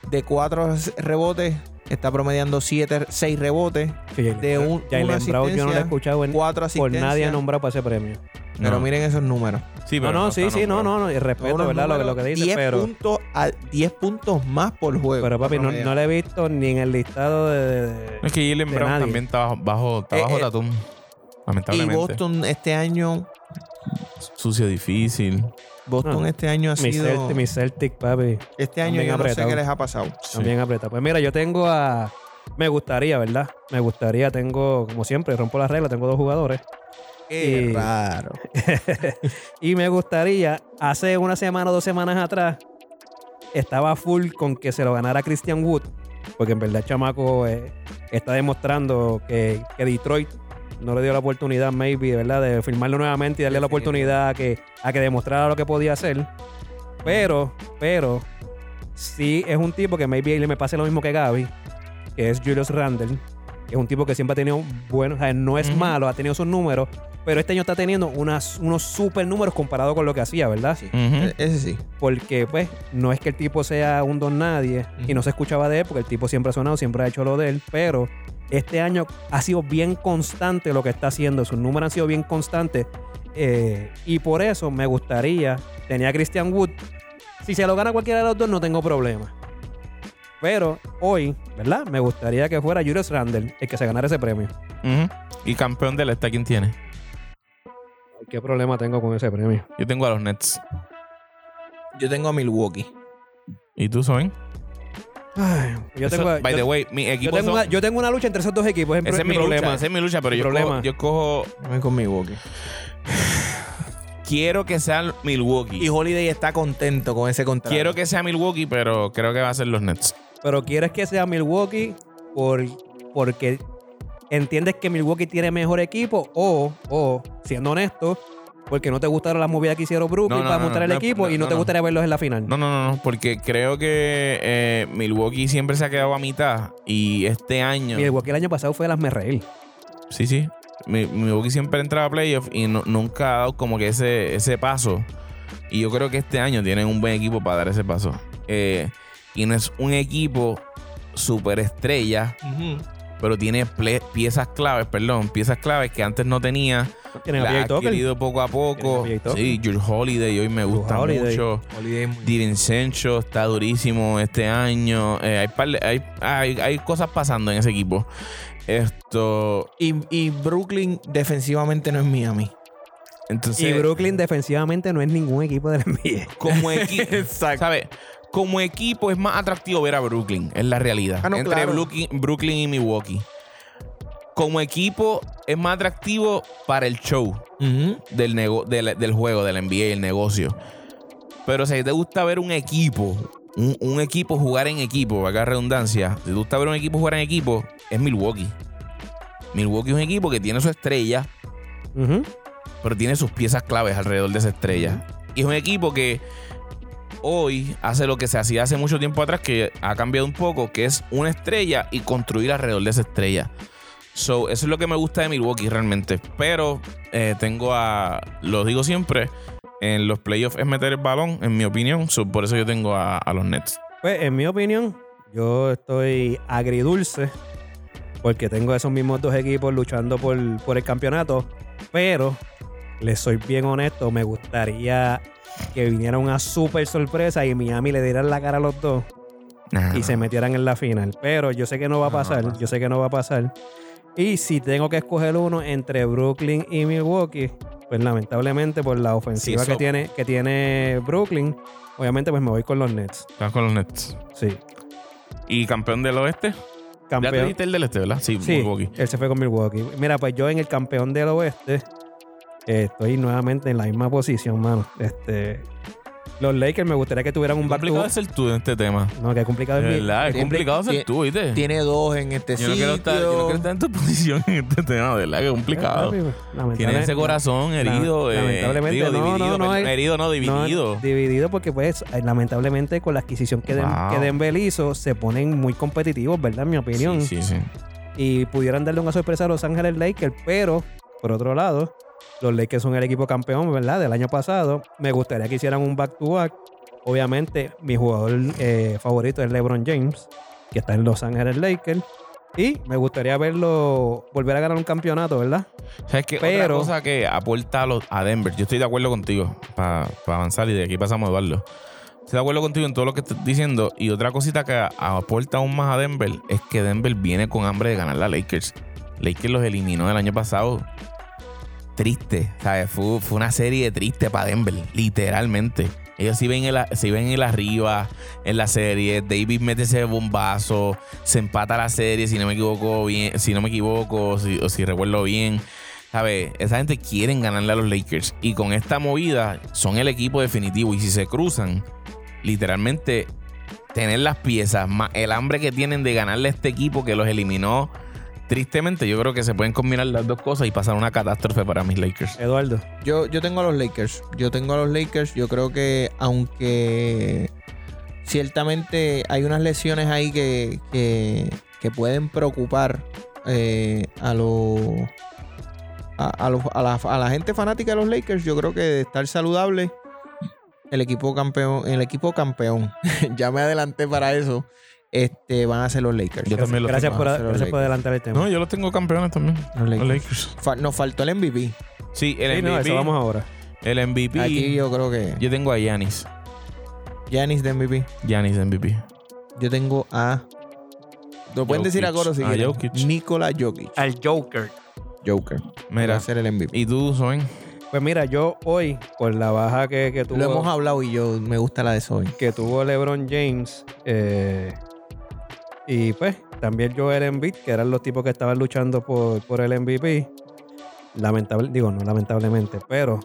Speaker 3: De 4 rebotes, está promediando 7, 6 rebotes,
Speaker 1: Que Jaylen-
Speaker 3: de un-
Speaker 1: Jaylen
Speaker 3: una
Speaker 1: Brown yo no lo he
Speaker 3: asistencia,
Speaker 1: escuchado en-
Speaker 3: 4
Speaker 1: por
Speaker 3: asistencias.
Speaker 1: nadie nombrado para ese premio.
Speaker 3: Pero
Speaker 2: No.
Speaker 3: miren esos números.
Speaker 2: Sí,
Speaker 1: No,
Speaker 2: pero
Speaker 1: no, sí,
Speaker 2: está
Speaker 1: sí, no,
Speaker 2: nombrado.
Speaker 1: no, no. Y respeto,
Speaker 3: Unos
Speaker 1: ¿verdad? Lo, que-
Speaker 3: números,
Speaker 1: lo que dice,
Speaker 3: 10
Speaker 1: pero.
Speaker 3: puntos a- 10 puntos más por juego.
Speaker 1: Pero papi, no, no le he visto ni en el listado de. de-
Speaker 2: Es que Jalen
Speaker 1: de
Speaker 2: Brown
Speaker 1: nadie.
Speaker 2: también está bajo, bajo, está
Speaker 3: Eh,
Speaker 2: bajo
Speaker 3: eh.
Speaker 2: Tatum.
Speaker 3: Y
Speaker 2: Lamentablemente.
Speaker 3: Boston este año,
Speaker 2: Sucio, difícil.
Speaker 3: Boston
Speaker 1: No.
Speaker 3: este año ha
Speaker 1: mi,
Speaker 3: sido.
Speaker 1: Celtic, mi Celtic, papi.
Speaker 3: Este año
Speaker 1: También
Speaker 3: yo no sé
Speaker 1: apretado.
Speaker 3: qué les ha pasado.
Speaker 1: También apretado. Pues mira, yo tengo a. Me gustaría, ¿verdad? Me gustaría, tengo, como siempre, rompo la regla, tengo dos jugadores.
Speaker 3: Qué
Speaker 1: Y-
Speaker 3: raro.
Speaker 1: <laughs> Y me gustaría, hace una semana o dos semanas atrás, estaba full con que se lo ganara Christian Wood, porque en verdad el chamaco eh, está demostrando que, que Detroit no le dio la oportunidad, maybe, ¿verdad?, de firmarlo nuevamente y darle la oportunidad a que, a que demostrara lo que podía hacer. Pero, pero, sí es un tipo que maybe le me pase lo mismo que Gaby, que es Julius Randle. que Es un tipo que siempre ha tenido buenos, o sea, no es
Speaker 2: Ujú.
Speaker 1: malo, ha tenido sus números, pero este año está teniendo unas, unos super números comparado con lo que hacía, ¿verdad?
Speaker 3: Sí.
Speaker 2: Ujú.
Speaker 1: Eh.
Speaker 3: E- Ese sí.
Speaker 1: Porque, pues, no es que el tipo sea un don nadie
Speaker 3: Ujú.
Speaker 1: y no se escuchaba de él, porque el tipo siempre ha sonado, siempre ha hecho lo de él, pero este año ha sido bien constante lo que está haciendo, sus números han sido bien constantes eh, y por eso me gustaría, tenía a Christian Wood, si se lo gana cualquiera de los dos no tengo problema. Pero hoy, ¿verdad? Me gustaría que fuera Julius Randle el que se ganara ese premio.
Speaker 2: Ujú. Y campeón del este, ¿quién tiene?
Speaker 1: ¿Qué problema tengo con ese premio?
Speaker 2: Yo tengo a los Nets.
Speaker 3: Yo tengo a Milwaukee.
Speaker 2: ¿Y tú, Soben?
Speaker 1: Ay, yo
Speaker 2: Eso-
Speaker 1: tengo,
Speaker 2: by
Speaker 1: yo-
Speaker 2: the way, mi
Speaker 1: yo
Speaker 2: equipo
Speaker 1: tengo
Speaker 2: son-
Speaker 1: una, yo tengo una lucha entre esos dos equipos. Es
Speaker 2: ese es mi,
Speaker 1: problema.
Speaker 2: lucha, ese es mi lucha, pero
Speaker 1: Mi
Speaker 2: yo
Speaker 1: problema.
Speaker 2: cojo, yo cojo
Speaker 3: Voy con Milwaukee.
Speaker 2: Quiero que sea Milwaukee.
Speaker 3: Y Holiday está contento con ese contrato.
Speaker 2: Quiero que sea Milwaukee, pero creo que va a ser los Nets.
Speaker 1: Pero quieres que sea Milwaukee por, porque entiendes que Milwaukee tiene mejor equipo o, o siendo honesto, porque no te gustaron las movidas que hicieron Brooklyn
Speaker 2: No, no,
Speaker 1: para
Speaker 2: no,
Speaker 1: mostrar
Speaker 2: no,
Speaker 1: el
Speaker 2: no,
Speaker 1: equipo y
Speaker 2: no,
Speaker 1: no, te
Speaker 2: no.
Speaker 1: gustaría verlos en la final.
Speaker 2: No, no, no, no, porque creo que eh, Milwaukee siempre se ha quedado a mitad y este año...
Speaker 1: Milwaukee el año pasado fue el hazme reír.
Speaker 2: Sí, sí. Mi- Milwaukee siempre entraba a playoff y no- nunca ha dado como que ese, ese paso. Y yo creo que este año tienen un buen equipo para dar ese paso. Eh, y no es un equipo superestrella,
Speaker 3: Ujú.
Speaker 2: pero tiene ple- piezas claves, perdón, piezas claves que antes no tenía.
Speaker 1: Tienen
Speaker 2: La
Speaker 1: a
Speaker 2: ha
Speaker 1: PJ Tucker.
Speaker 2: adquirido poco a poco.
Speaker 1: Tienen a PJ Tucker.
Speaker 2: Sí, Jules Holiday hoy me
Speaker 1: Jrue
Speaker 2: gusta
Speaker 1: Holiday.
Speaker 2: mucho.
Speaker 3: Holiday es muy-
Speaker 2: Di Vincenzo está durísimo este año. Eh, hay, par de- hay, hay, hay cosas pasando en ese equipo. Esto.
Speaker 3: Y, y Brooklyn defensivamente no es Miami.
Speaker 2: Entonces,
Speaker 1: Y Brooklyn defensivamente no es ningún equipo <laughs> del NBA.
Speaker 3: <laughs>
Speaker 2: como equipo. ¿Sabes? Como equipo es más atractivo ver a Brooklyn, es la realidad.
Speaker 3: Ah, no,
Speaker 2: Entre
Speaker 3: claro.
Speaker 2: Brooklyn, Brooklyn y Milwaukee. Como equipo es más atractivo para el show
Speaker 3: Ujú.
Speaker 2: del, nego- del, del juego, del NBA y el negocio. Pero si te gusta ver un equipo, un, un equipo jugar en equipo, acá redundancia, si te gusta ver un equipo jugar en equipo, es Milwaukee. Milwaukee es un equipo que tiene su estrella,
Speaker 1: Ujú.
Speaker 2: pero tiene sus piezas claves alrededor de esa estrella. Y es un equipo que hoy hace lo que se hacía hace mucho tiempo atrás, que ha cambiado un poco, que es una estrella y construir alrededor de esa estrella. So, eso es lo que me gusta de Milwaukee realmente. Pero eh, tengo a, lo digo siempre, en los playoffs es meter el balón, en mi opinión. So, por eso yo tengo a, a los Nets.
Speaker 1: Pues, en mi opinión, yo estoy agridulce porque tengo esos mismos dos equipos luchando por, por el campeonato. Pero, les soy bien honesto, me gustaría que viniera una super sorpresa y Miami le dieran la cara a los dos y se metieran en la final. Pero yo sé que no va a
Speaker 2: No,
Speaker 1: pasar,
Speaker 2: no.
Speaker 1: yo sé que no va a pasar. Y si tengo que escoger uno entre Brooklyn y Milwaukee, pues lamentablemente por la ofensiva
Speaker 2: eso-
Speaker 1: que, tiene, que tiene Brooklyn, obviamente pues me voy con los Nets.
Speaker 2: Estás con los Nets.
Speaker 1: Sí.
Speaker 2: ¿Y campeón del oeste? Ya te
Speaker 1: Campeón.
Speaker 2: dijiste el del este, ¿verdad? Sí,
Speaker 1: Sí,
Speaker 2: Milwaukee.
Speaker 1: él se fue con Milwaukee. Mira, pues yo en el campeón del oeste eh, estoy nuevamente en la misma posición, mano. Este, los Lakers me gustaría que tuvieran un back
Speaker 2: complicado
Speaker 1: to
Speaker 2: es ser tú en este tema.
Speaker 1: No, que complicado
Speaker 2: Es
Speaker 1: es mi-
Speaker 2: verdad, es
Speaker 3: Tiene-
Speaker 2: complicado
Speaker 3: tiene-
Speaker 2: ser tú, ¿viste?
Speaker 3: Tiene dos en este
Speaker 2: Yo
Speaker 3: sitio.
Speaker 2: no, quiero estar, yo no quiero estar en tu posición en este tema, de verdad, que es complicado.
Speaker 1: Eh, Papi, pues, lamentable-
Speaker 2: Tiene ese corazón herido, eh,
Speaker 1: lamentablemente, no,
Speaker 2: digo,
Speaker 1: no,
Speaker 2: dividido,
Speaker 1: no,
Speaker 2: perdón,
Speaker 1: es-
Speaker 2: herido, no,
Speaker 1: No,
Speaker 2: dividido.
Speaker 1: dividido porque pues eh, lamentablemente con la adquisición que, Den-
Speaker 2: Wow.
Speaker 1: que Denver hizo se ponen muy competitivos, ¿verdad? En mi opinión.
Speaker 2: Sí, sí, sí.
Speaker 1: Y pudieran darle una sorpresa a Los Ángeles Lakers, pero por otro lado, los Lakers son el equipo campeón, ¿verdad? Del año pasado. Me gustaría que hicieran un back-to-back. Obviamente mi jugador eh, favorito es LeBron James, que está en Los Ángeles Lakers. Y me gustaría verlo volver a ganar un campeonato, ¿verdad?
Speaker 2: ¿Sabes qué? Otra
Speaker 1: Pero-
Speaker 2: cosa que aporta a, los- a Denver, yo estoy de acuerdo contigo para avanzar y de aquí pasamos a Eduardo. Estoy de acuerdo contigo en todo lo que estás diciendo. Y otra cosita que a- aporta aún más a Denver es que Denver viene con hambre de ganar la Lakers. Lakers los eliminó del año pasado. Triste, ¿sabes? Fue, fue una serie triste para Denver, literalmente. Ellos sí ven, el, a- sí ven el arriba en la serie. Davis mete ese bombazo. Se empata la serie, si no me equivoco, bien, si no me equivoco, si- o si recuerdo bien. ¿Sabes? Esa gente quieren ganarle a los Lakers. Y con esta movida son el equipo definitivo. Y si se cruzan, literalmente tener las piezas, más el hambre que tienen de ganarle a este equipo que los eliminó. Tristemente, yo creo que se pueden combinar las dos cosas y pasar una catástrofe para mis Lakers.
Speaker 1: Eduardo.
Speaker 3: Yo, yo tengo a los Lakers. Yo tengo a los Lakers. Yo creo que aunque ciertamente hay unas lesiones ahí que, que- que pueden preocupar eh, a los... A, a los- a la, a la gente fanática de los Lakers, yo creo que de estar saludable, el equipo campeón, el equipo campeón, <laughs> ya me adelanté para eso, este, van a ser los Lakers.
Speaker 2: Yo también los
Speaker 1: gracias
Speaker 2: tengo.
Speaker 1: por,
Speaker 3: Ah, se los
Speaker 1: gracias por
Speaker 3: Lakers.
Speaker 1: adelantar el tema.
Speaker 2: No, yo los tengo campeones también.
Speaker 3: Los
Speaker 2: Los
Speaker 3: Lakers.
Speaker 2: Lakers.
Speaker 3: Fa- nos faltó el MVP.
Speaker 2: Sí, el
Speaker 1: Sí, no,
Speaker 2: MVP.
Speaker 1: eso vamos ahora.
Speaker 2: El MVP.
Speaker 3: Aquí
Speaker 2: yo...
Speaker 3: yo creo que
Speaker 2: tengo a Giannis.
Speaker 3: Giannis de MVP.
Speaker 2: Giannis MVP.
Speaker 3: Yo tengo a. Lo pueden decir a
Speaker 2: Jokic.
Speaker 3: coro si
Speaker 2: A
Speaker 3: quieren.
Speaker 2: Jokic.
Speaker 3: Nikola Jokic.
Speaker 1: Al Joker.
Speaker 3: Joker. Va
Speaker 2: Mira.
Speaker 3: a ser el MVP.
Speaker 2: ¿Y tú, Soen?
Speaker 1: Pues mira, yo hoy, con la baja que, que
Speaker 3: Lo hemos
Speaker 1: tuvo,
Speaker 3: hablado y yo me gusta la de Soy.
Speaker 1: que tuvo LeBron James, eh, y pues también Joel Embiid, que eran los tipos que estaban luchando por, por el MVP, lamentable, digo no lamentablemente, pero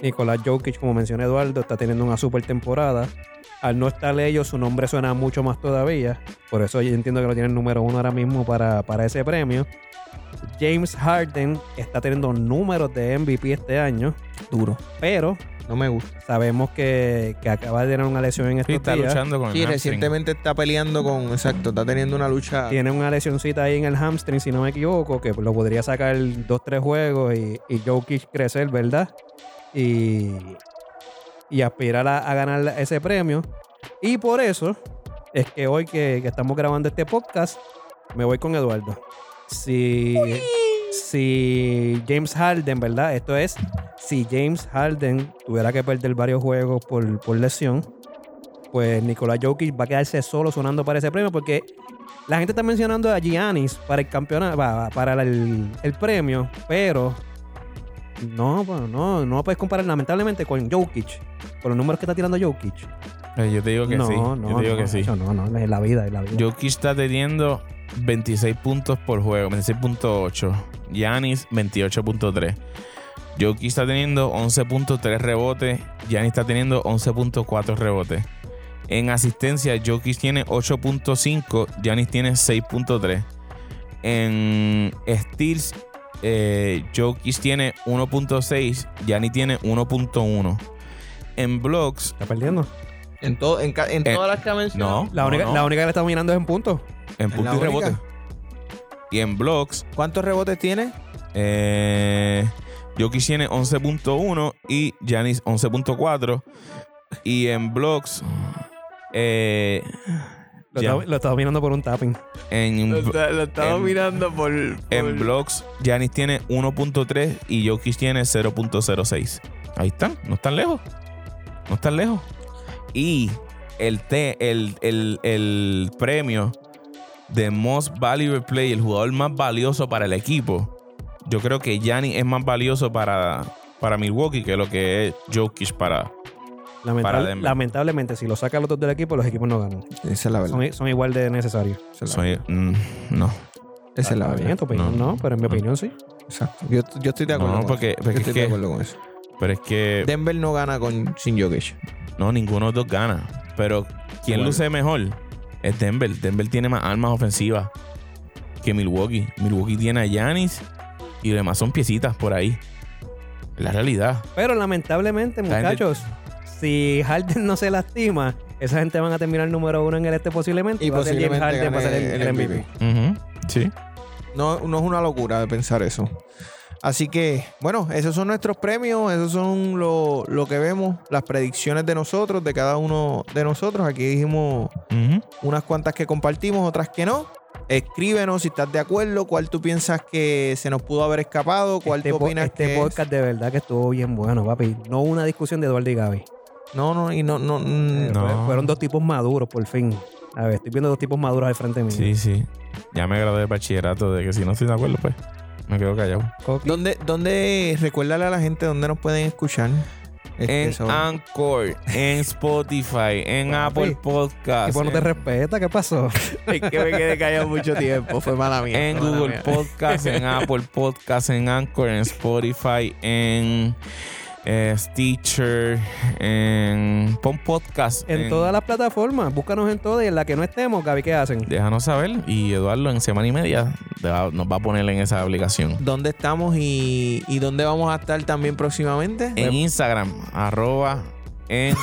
Speaker 1: Nicolás Jokic, como mencioné Eduardo, está teniendo una super temporada. Al no estar ellos, su nombre suena mucho más todavía. Por eso yo entiendo que lo tienen número uno ahora mismo para, para ese premio. James Harden está teniendo números de MVP este año,
Speaker 3: Duro.
Speaker 1: pero
Speaker 3: No me gusta.
Speaker 1: sabemos que, que acaba de tener una lesión en
Speaker 2: Sí,
Speaker 1: estos
Speaker 2: está
Speaker 1: días.
Speaker 2: luchando con el
Speaker 3: Sí,
Speaker 2: hamstring.
Speaker 3: recientemente está peleando con. Exacto, está teniendo una lucha.
Speaker 1: Tiene una lesioncita ahí en el hamstring, si no me equivoco, que lo podría sacar dos, tres juegos y, y Jokic crecer, ¿verdad? Y, y aspirar a, a ganar ese premio. Y por eso es que hoy que, que estamos grabando este podcast, me voy con Eduardo. Si, si James Harden, ¿verdad? Esto es, si James Harden tuviera que perder varios juegos por, por lesión, pues Nicolás Jokic va a quedarse solo sonando para ese premio porque la gente está mencionando a Giannis para el campeonato, pa- para, el, el premio, pero no, bueno, no, no puedes comparar lamentablemente con Jokic, con los números que está tirando Jokic.
Speaker 2: Eh, Yo te digo que
Speaker 1: no,
Speaker 2: sí.
Speaker 1: no,
Speaker 2: yo te digo
Speaker 1: no,
Speaker 2: que sí.
Speaker 1: eso no, no, es la vida, es la vida.
Speaker 2: Jokic está teniendo 26 puntos por juego, 26.8. Giannis 28.3. Jokic está teniendo 11.3 rebotes. Giannis está teniendo 11.4 rebotes. En asistencia, Jokic tiene 8.5. Giannis tiene 6.3. En steals, eh, Jokic tiene 1.6. Giannis tiene 1.1. En blocks,
Speaker 1: Está perdiendo.
Speaker 3: En, todo, en, ca- en
Speaker 2: Eh,
Speaker 3: todas las que ha mencionado.
Speaker 2: no,
Speaker 1: La, única,
Speaker 2: no.
Speaker 1: la única que le está dominando es en puntos.
Speaker 2: en
Speaker 3: ¿En la
Speaker 2: puntos y
Speaker 3: única?
Speaker 2: rebotes. Y en blocks,
Speaker 3: ¿Cuántos rebotes tiene?
Speaker 2: Eh, Jokic tiene 11.1 y Giannis 11.4. Y en blocks. eh,
Speaker 1: Lo,
Speaker 2: ya-
Speaker 1: está, lo está dominando por un tapping.
Speaker 2: en,
Speaker 3: estaba
Speaker 2: en-
Speaker 3: mirando por.
Speaker 2: en blocks, Giannis tiene 1.3 y Jokic tiene 0.06. Ahí están, no están lejos. No están lejos. Y el, te- el, el- el premio de Most Valuable Player, el jugador más valioso para el equipo. Yo creo que Giannis es más valioso para, para Milwaukee que lo que es Jokic para.
Speaker 1: Lamentable-
Speaker 2: Denver.
Speaker 1: lamentablemente, si lo saca los dos del equipo, los equipos no ganan.
Speaker 3: Esa es la verdad.
Speaker 1: Son, son igual de necesarios.
Speaker 3: Esa es la,
Speaker 2: Soy- mm, no,
Speaker 3: esa es la
Speaker 1: Está bien,
Speaker 3: verdad.
Speaker 1: tu opinión
Speaker 2: No.
Speaker 1: no, pero en mi
Speaker 2: No.
Speaker 1: opinión sí.
Speaker 3: Exacto. Yo, yo estoy de acuerdo.
Speaker 2: No,
Speaker 3: con
Speaker 2: porque-
Speaker 3: eso.
Speaker 2: porque
Speaker 3: Yo estoy
Speaker 2: es
Speaker 3: de
Speaker 2: que- Eh.
Speaker 3: acuerdo con eso.
Speaker 2: pero es que
Speaker 3: Denver no gana con, sin Jokic.
Speaker 2: No, ninguno de los dos gana. Pero quien
Speaker 3: Bueno.
Speaker 2: luce mejor es Denver. Denver tiene más armas ofensivas que Milwaukee. Milwaukee tiene a Giannis y los demás son piecitas por ahí. La realidad.
Speaker 1: Pero lamentablemente,
Speaker 2: La gente-
Speaker 1: muchachos, si Harden no se lastima, esa gente van a terminar número uno en el este posiblemente.
Speaker 3: Y
Speaker 1: va a ser James
Speaker 3: posiblemente
Speaker 1: Harden va a ser
Speaker 3: gane
Speaker 1: el,
Speaker 3: el
Speaker 1: el MVP.
Speaker 3: MVP.
Speaker 2: Ujú, Sí.
Speaker 3: No, no es una locura de pensar eso. Así que, bueno, esos son nuestros premios, esos son lo, lo que vemos, las predicciones de nosotros, de cada uno de nosotros. Aquí dijimos
Speaker 2: Ujú.
Speaker 3: unas cuantas que compartimos, otras que no. Escríbenos si estás de acuerdo, cuál tú piensas que se nos pudo haber escapado, cuál
Speaker 1: Este,
Speaker 3: tú
Speaker 1: po-
Speaker 3: opinas
Speaker 1: este
Speaker 3: que es-
Speaker 1: podcast de verdad que estuvo bien bueno, papi. No una discusión de Eduardo y Gaby. Eh,
Speaker 3: No, no, y no, no, mm,
Speaker 2: No.
Speaker 1: Fue- Fueron dos tipos maduros, por fin. A ver, estoy viendo dos tipos maduros al frente mío.
Speaker 2: Sí, sí. Ya me gradué de bachillerato de que si no estoy de acuerdo, pues me quedo callado.
Speaker 1: Coqui.
Speaker 3: ¿Dónde, dónde, recuérdale a la gente dónde nos pueden escuchar? Este,
Speaker 2: En
Speaker 3: sobre-
Speaker 2: Anchor, en Spotify, en
Speaker 1: Papi,
Speaker 2: Apple
Speaker 1: Y
Speaker 2: Podcast,
Speaker 1: pues no te respeta, ¿qué pasó?
Speaker 3: es que me quedé callado mucho tiempo, fue mala mía.
Speaker 2: en
Speaker 3: fue mala
Speaker 2: Google
Speaker 3: mía.
Speaker 2: Podcast,
Speaker 1: <laughs>
Speaker 2: en Apple Podcast, en Anchor, en Spotify, en eh, Stitcher, en Pon Podcast.
Speaker 1: En todas las plataformas, búscanos en todas y en la que no estemos, Gaby, ¿qué hacen?
Speaker 2: Déjanos saber y Eduardo en semana y media te va- nos va a poner en esa aplicación.
Speaker 3: dónde estamos y, y dónde vamos a estar también próximamente.
Speaker 2: En Instagram, arroba
Speaker 1: <laughs>
Speaker 2: en...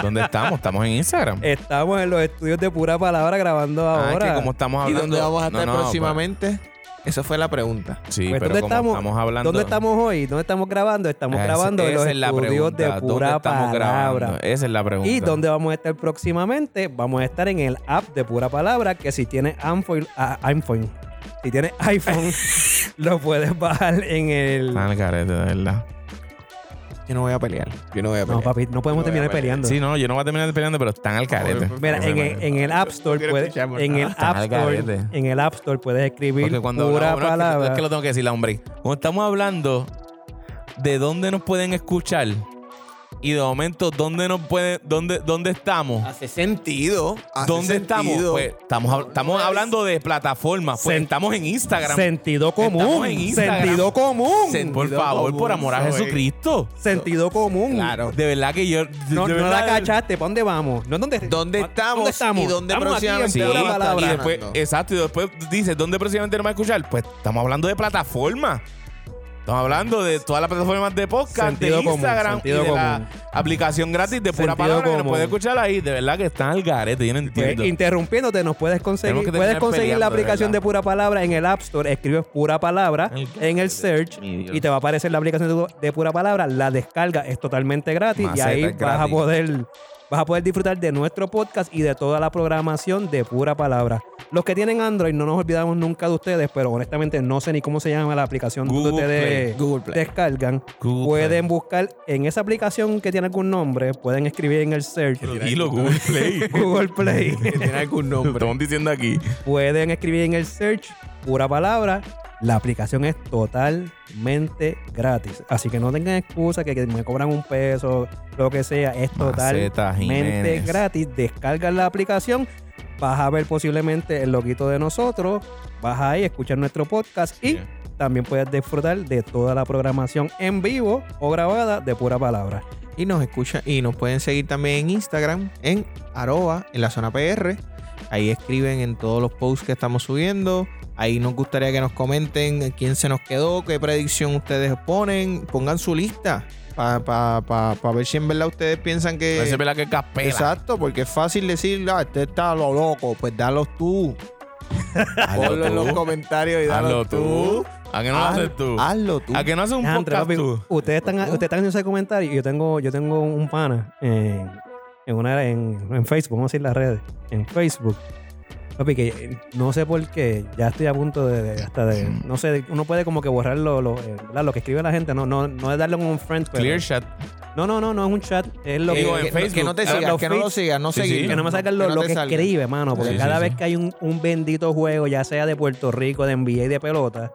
Speaker 2: ¿Dónde estamos? Estamos en Instagram.
Speaker 1: Estamos en los estudios de pura palabra grabando
Speaker 2: Ah, es
Speaker 1: Eh, ahora.
Speaker 2: que como estamos
Speaker 3: ¿Y
Speaker 2: hablando...
Speaker 3: dónde vamos a
Speaker 2: No,
Speaker 3: estar
Speaker 2: no,
Speaker 3: próximamente? Esa fue la pregunta.
Speaker 2: pues, sí,
Speaker 1: Pues,
Speaker 2: pero
Speaker 1: ¿dónde
Speaker 2: como
Speaker 1: estamos?
Speaker 2: estamos, hablando... Ah,
Speaker 1: ¿Dónde estamos hoy? ¿Dónde estamos grabando? Estamos
Speaker 2: Esa-
Speaker 1: grabando en los
Speaker 2: esa es la
Speaker 1: estudios
Speaker 2: pregunta.
Speaker 1: de
Speaker 2: ¿Dónde
Speaker 1: pura
Speaker 2: estamos grabando?
Speaker 1: palabra.
Speaker 2: Esa es la pregunta.
Speaker 1: ¿Y dónde vamos a estar próximamente? Vamos a estar en el app de pura palabra, que si tienes Anfoil- a- iPhone, si tienes
Speaker 2: <laughs>
Speaker 1: iPhone, lo puedes bajar en el...
Speaker 2: Ah, el carete, de verdad.
Speaker 3: Yo no voy a pelear. Yo no voy a
Speaker 1: No,
Speaker 3: pelear.
Speaker 1: papi, no podemos
Speaker 3: Yo voy a
Speaker 1: terminar
Speaker 3: ver.
Speaker 1: peleando.
Speaker 2: pues, Sí, Pues, no, yo no voy a terminar peleando, pero están al carete.
Speaker 1: Mira,
Speaker 2: No se
Speaker 1: en el,
Speaker 2: manejan.
Speaker 1: en el App Store
Speaker 2: pues,
Speaker 3: quiero
Speaker 1: puedes,
Speaker 3: escuchar, por
Speaker 1: en el
Speaker 2: Están
Speaker 1: App
Speaker 2: al
Speaker 1: Store,
Speaker 2: garete.
Speaker 1: en el App Store puedes escribir
Speaker 2: pues, Porque cuando
Speaker 1: pura
Speaker 2: hablamos- no, es que-
Speaker 1: palabra.
Speaker 2: Es que, lo tengo que decir, hombre. Cuando estamos hablando de dónde nos pueden escuchar, Y de momento, ¿dónde nos puede, dónde, dónde estamos?
Speaker 3: Hace sentido. hace
Speaker 2: ¿Dónde estamos?
Speaker 3: sentido.
Speaker 2: Pues, estamos? hab- Estamos hablando de plataformas. Pues,
Speaker 1: Sen-
Speaker 2: estamos en Instagram.
Speaker 1: Sentido común.
Speaker 2: Estamos en Instagram.
Speaker 1: Sentido común.
Speaker 2: Sen- por favor,
Speaker 3: común,
Speaker 2: por amor a
Speaker 3: eso es.
Speaker 2: Jesucristo.
Speaker 1: sentido común.
Speaker 2: De verdad que yo.
Speaker 1: No,
Speaker 2: de
Speaker 1: no la
Speaker 2: verdad-
Speaker 1: cachaste. ¿Para dónde vamos? No, ¿dónde,
Speaker 3: ¿Dónde estamos y
Speaker 1: Estamos aquí
Speaker 3: dónde
Speaker 1: en
Speaker 3: próximamente
Speaker 2: Sí,
Speaker 1: pura
Speaker 3: vamos a
Speaker 2: y
Speaker 3: estar?
Speaker 1: palabra.
Speaker 2: después,
Speaker 3: ganando.
Speaker 2: exacto, y después dices, ¿dónde próximamente nos va a escuchar? Pues estamos hablando de plataformas. Estamos hablando de todas las plataformas de podcast,
Speaker 1: Sentido
Speaker 2: de
Speaker 1: común,
Speaker 2: Instagram y de
Speaker 1: sentido
Speaker 2: la
Speaker 1: común.
Speaker 2: aplicación gratis de pura
Speaker 1: Sentido
Speaker 2: palabra que nos
Speaker 1: común.
Speaker 2: puedes escuchar ahí. De verdad que están al garete, yo no
Speaker 1: Pues,
Speaker 2: entiendo.
Speaker 1: interrumpiéndote, nos puedes
Speaker 2: Tenemos
Speaker 1: conseguir.
Speaker 2: que
Speaker 1: Puedes
Speaker 2: terminar
Speaker 1: conseguir la
Speaker 2: peleando, de
Speaker 1: aplicación de,
Speaker 2: verdad.
Speaker 1: Pura Palabra en el App Store. Escribes Pura Palabra
Speaker 2: Ay,
Speaker 1: en el search
Speaker 2: mi Dios.
Speaker 1: y te va a aparecer la aplicación de, de Pura Palabra. La descarga es totalmente gratis
Speaker 2: Maceta,
Speaker 1: y ahí
Speaker 2: es
Speaker 1: vas a
Speaker 2: gratis.
Speaker 1: poder. Vas a poder disfrutar de nuestro podcast y de toda la programación de pura palabra. Los que tienen Android, no nos olvidamos nunca de ustedes, pero honestamente no sé ni cómo se llama la aplicación que
Speaker 2: Google
Speaker 1: ustedes
Speaker 2: Play,
Speaker 3: Google Play.
Speaker 1: descargan.
Speaker 2: Google
Speaker 1: pueden buscar en esa aplicación que tiene algún nombre, pueden escribir en el search
Speaker 2: Dilo, Google Play.
Speaker 1: <laughs> Google
Speaker 2: <laughs>
Speaker 1: Play.
Speaker 3: Que tiene algún
Speaker 2: Lo
Speaker 3: nombre.
Speaker 2: Estamos diciendo aquí.
Speaker 1: pueden escribir en el search pura palabra. La aplicación es totalmente gratis. Así que no tengan excusa que, que me cobran un peso, lo que sea. Es totalmente
Speaker 2: Maceta Jiménez.
Speaker 1: gratis. Descargan la aplicación. Vas a ver posiblemente el loguito de nosotros. Vas ahí a escuchar nuestro podcast y eh,
Speaker 2: Sí.
Speaker 1: también puedes disfrutar de toda la programación en vivo o grabada de pura palabra.
Speaker 3: Y nos escucha y nos pueden seguir también en Instagram, en arroba, en la zona PR. Ahí escriben en todos los posts que estamos subiendo. Ahí nos gustaría que nos comenten quién se nos quedó, qué predicción ustedes ponen. Pongan su lista para ver si en verdad ustedes piensan que...
Speaker 2: Parece verdad que capela.
Speaker 3: Exacto, porque es fácil decir, ah, este está a lo loco, pues dalos tú.
Speaker 2: <laughs> Hazlo
Speaker 3: Ponlo en
Speaker 2: tú.
Speaker 3: los comentarios y
Speaker 2: Hazlo
Speaker 3: dalos
Speaker 2: tú.
Speaker 3: tú.
Speaker 2: ¿A qué no lo
Speaker 3: Haz-
Speaker 2: haces tú?
Speaker 3: Hazlo tú.
Speaker 2: ¿A qué no haces un
Speaker 1: Ah, Alejandro,
Speaker 2: podcast
Speaker 1: papi,
Speaker 2: tú?
Speaker 1: Ustedes están, ustedes están haciendo ese comentario y yo tengo, yo tengo un pana en, en una, en, en Facebook, vamos a decir las redes, en Facebook. Papi, que eh, no sé por qué, ya estoy a punto de, de- hasta de, no sé, de- uno puede como que borrar lo, lo, eh, ¿verdad? lo que escribe la gente, no, no, no es darle como un friend, pero-
Speaker 2: Clear shot.
Speaker 1: no, no, no, no es un chat, es lo
Speaker 2: Digo,
Speaker 1: que,
Speaker 2: en
Speaker 3: que,
Speaker 2: Facebook.
Speaker 3: que no te
Speaker 1: Ah,
Speaker 3: sigas,
Speaker 1: los
Speaker 3: que no lo
Speaker 1: feeds.
Speaker 3: sigas, no
Speaker 2: Sí, sí.
Speaker 3: seguir.
Speaker 1: que no me salgan lo,
Speaker 3: no
Speaker 1: lo
Speaker 3: te
Speaker 1: que
Speaker 3: salga.
Speaker 1: escribe, mano, porque
Speaker 2: Sí,
Speaker 1: cada
Speaker 2: sí,
Speaker 1: vez
Speaker 2: sí.
Speaker 1: que hay un, un bendito juego, ya sea de Puerto Rico, de NBA y de pelota,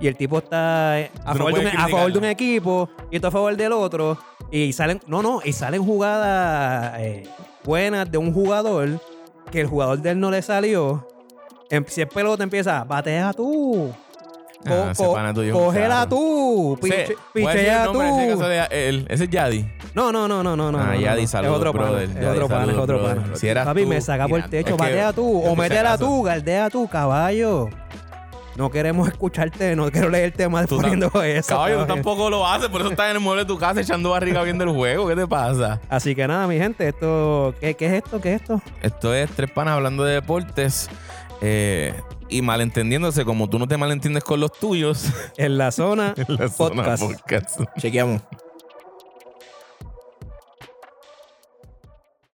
Speaker 1: y el tipo está eh, a,
Speaker 2: Tú no
Speaker 1: favor, de un,
Speaker 2: puedes
Speaker 1: a favor de un
Speaker 2: criticarlo.
Speaker 1: equipo y tú a favor del otro, y salen, no, no, y salen jugadas eh, buenas de un jugador que el jugador de él no le salió. Em- Si es pelota, empieza, batea tú. Co-
Speaker 2: Ah, ese
Speaker 1: co-
Speaker 2: pana tuyo es un
Speaker 1: cógela
Speaker 2: cabrón.
Speaker 1: tú.
Speaker 2: Ese-
Speaker 1: Piche,
Speaker 2: voy a decir el
Speaker 1: pichea
Speaker 2: nombre de ese
Speaker 1: tú.
Speaker 2: caso de él. Ese es Yadi.
Speaker 1: No, no, no, no, no, no.
Speaker 2: Ah,
Speaker 1: no, no,
Speaker 2: ya
Speaker 1: no.
Speaker 2: di saludos,
Speaker 1: Es otro pana,
Speaker 2: brother.
Speaker 1: es
Speaker 2: Ya di
Speaker 1: otro pana, es
Speaker 2: saludos,
Speaker 1: otro
Speaker 2: brother.
Speaker 1: pana.
Speaker 2: Si eras
Speaker 1: Papi,
Speaker 2: tú,
Speaker 1: me saca por el
Speaker 2: mirando.
Speaker 1: techo,
Speaker 2: Es que-
Speaker 1: batea tú,
Speaker 2: <laughs> es que
Speaker 1: o
Speaker 2: si
Speaker 1: métela
Speaker 2: acaso-
Speaker 1: tú, galdea tú, caballo. No queremos escucharte, no quiero leer el tema
Speaker 2: Tú
Speaker 1: poniendo eso.
Speaker 2: Caballo, tú
Speaker 1: caballo.
Speaker 2: tampoco lo haces, por eso estás en el mueble de tu casa echando barriga viendo el juego. ¿Qué te pasa?
Speaker 1: Así que nada, mi gente, esto, ¿qué, qué es esto? ¿Qué es esto?
Speaker 2: Esto es Tres Panas hablando de deportes eh, y malentendiéndose como tú no te malentiendes con los tuyos. <laughs>
Speaker 1: En la zona
Speaker 2: La zona
Speaker 1: podcast.
Speaker 2: podcast.
Speaker 3: Chequeamos.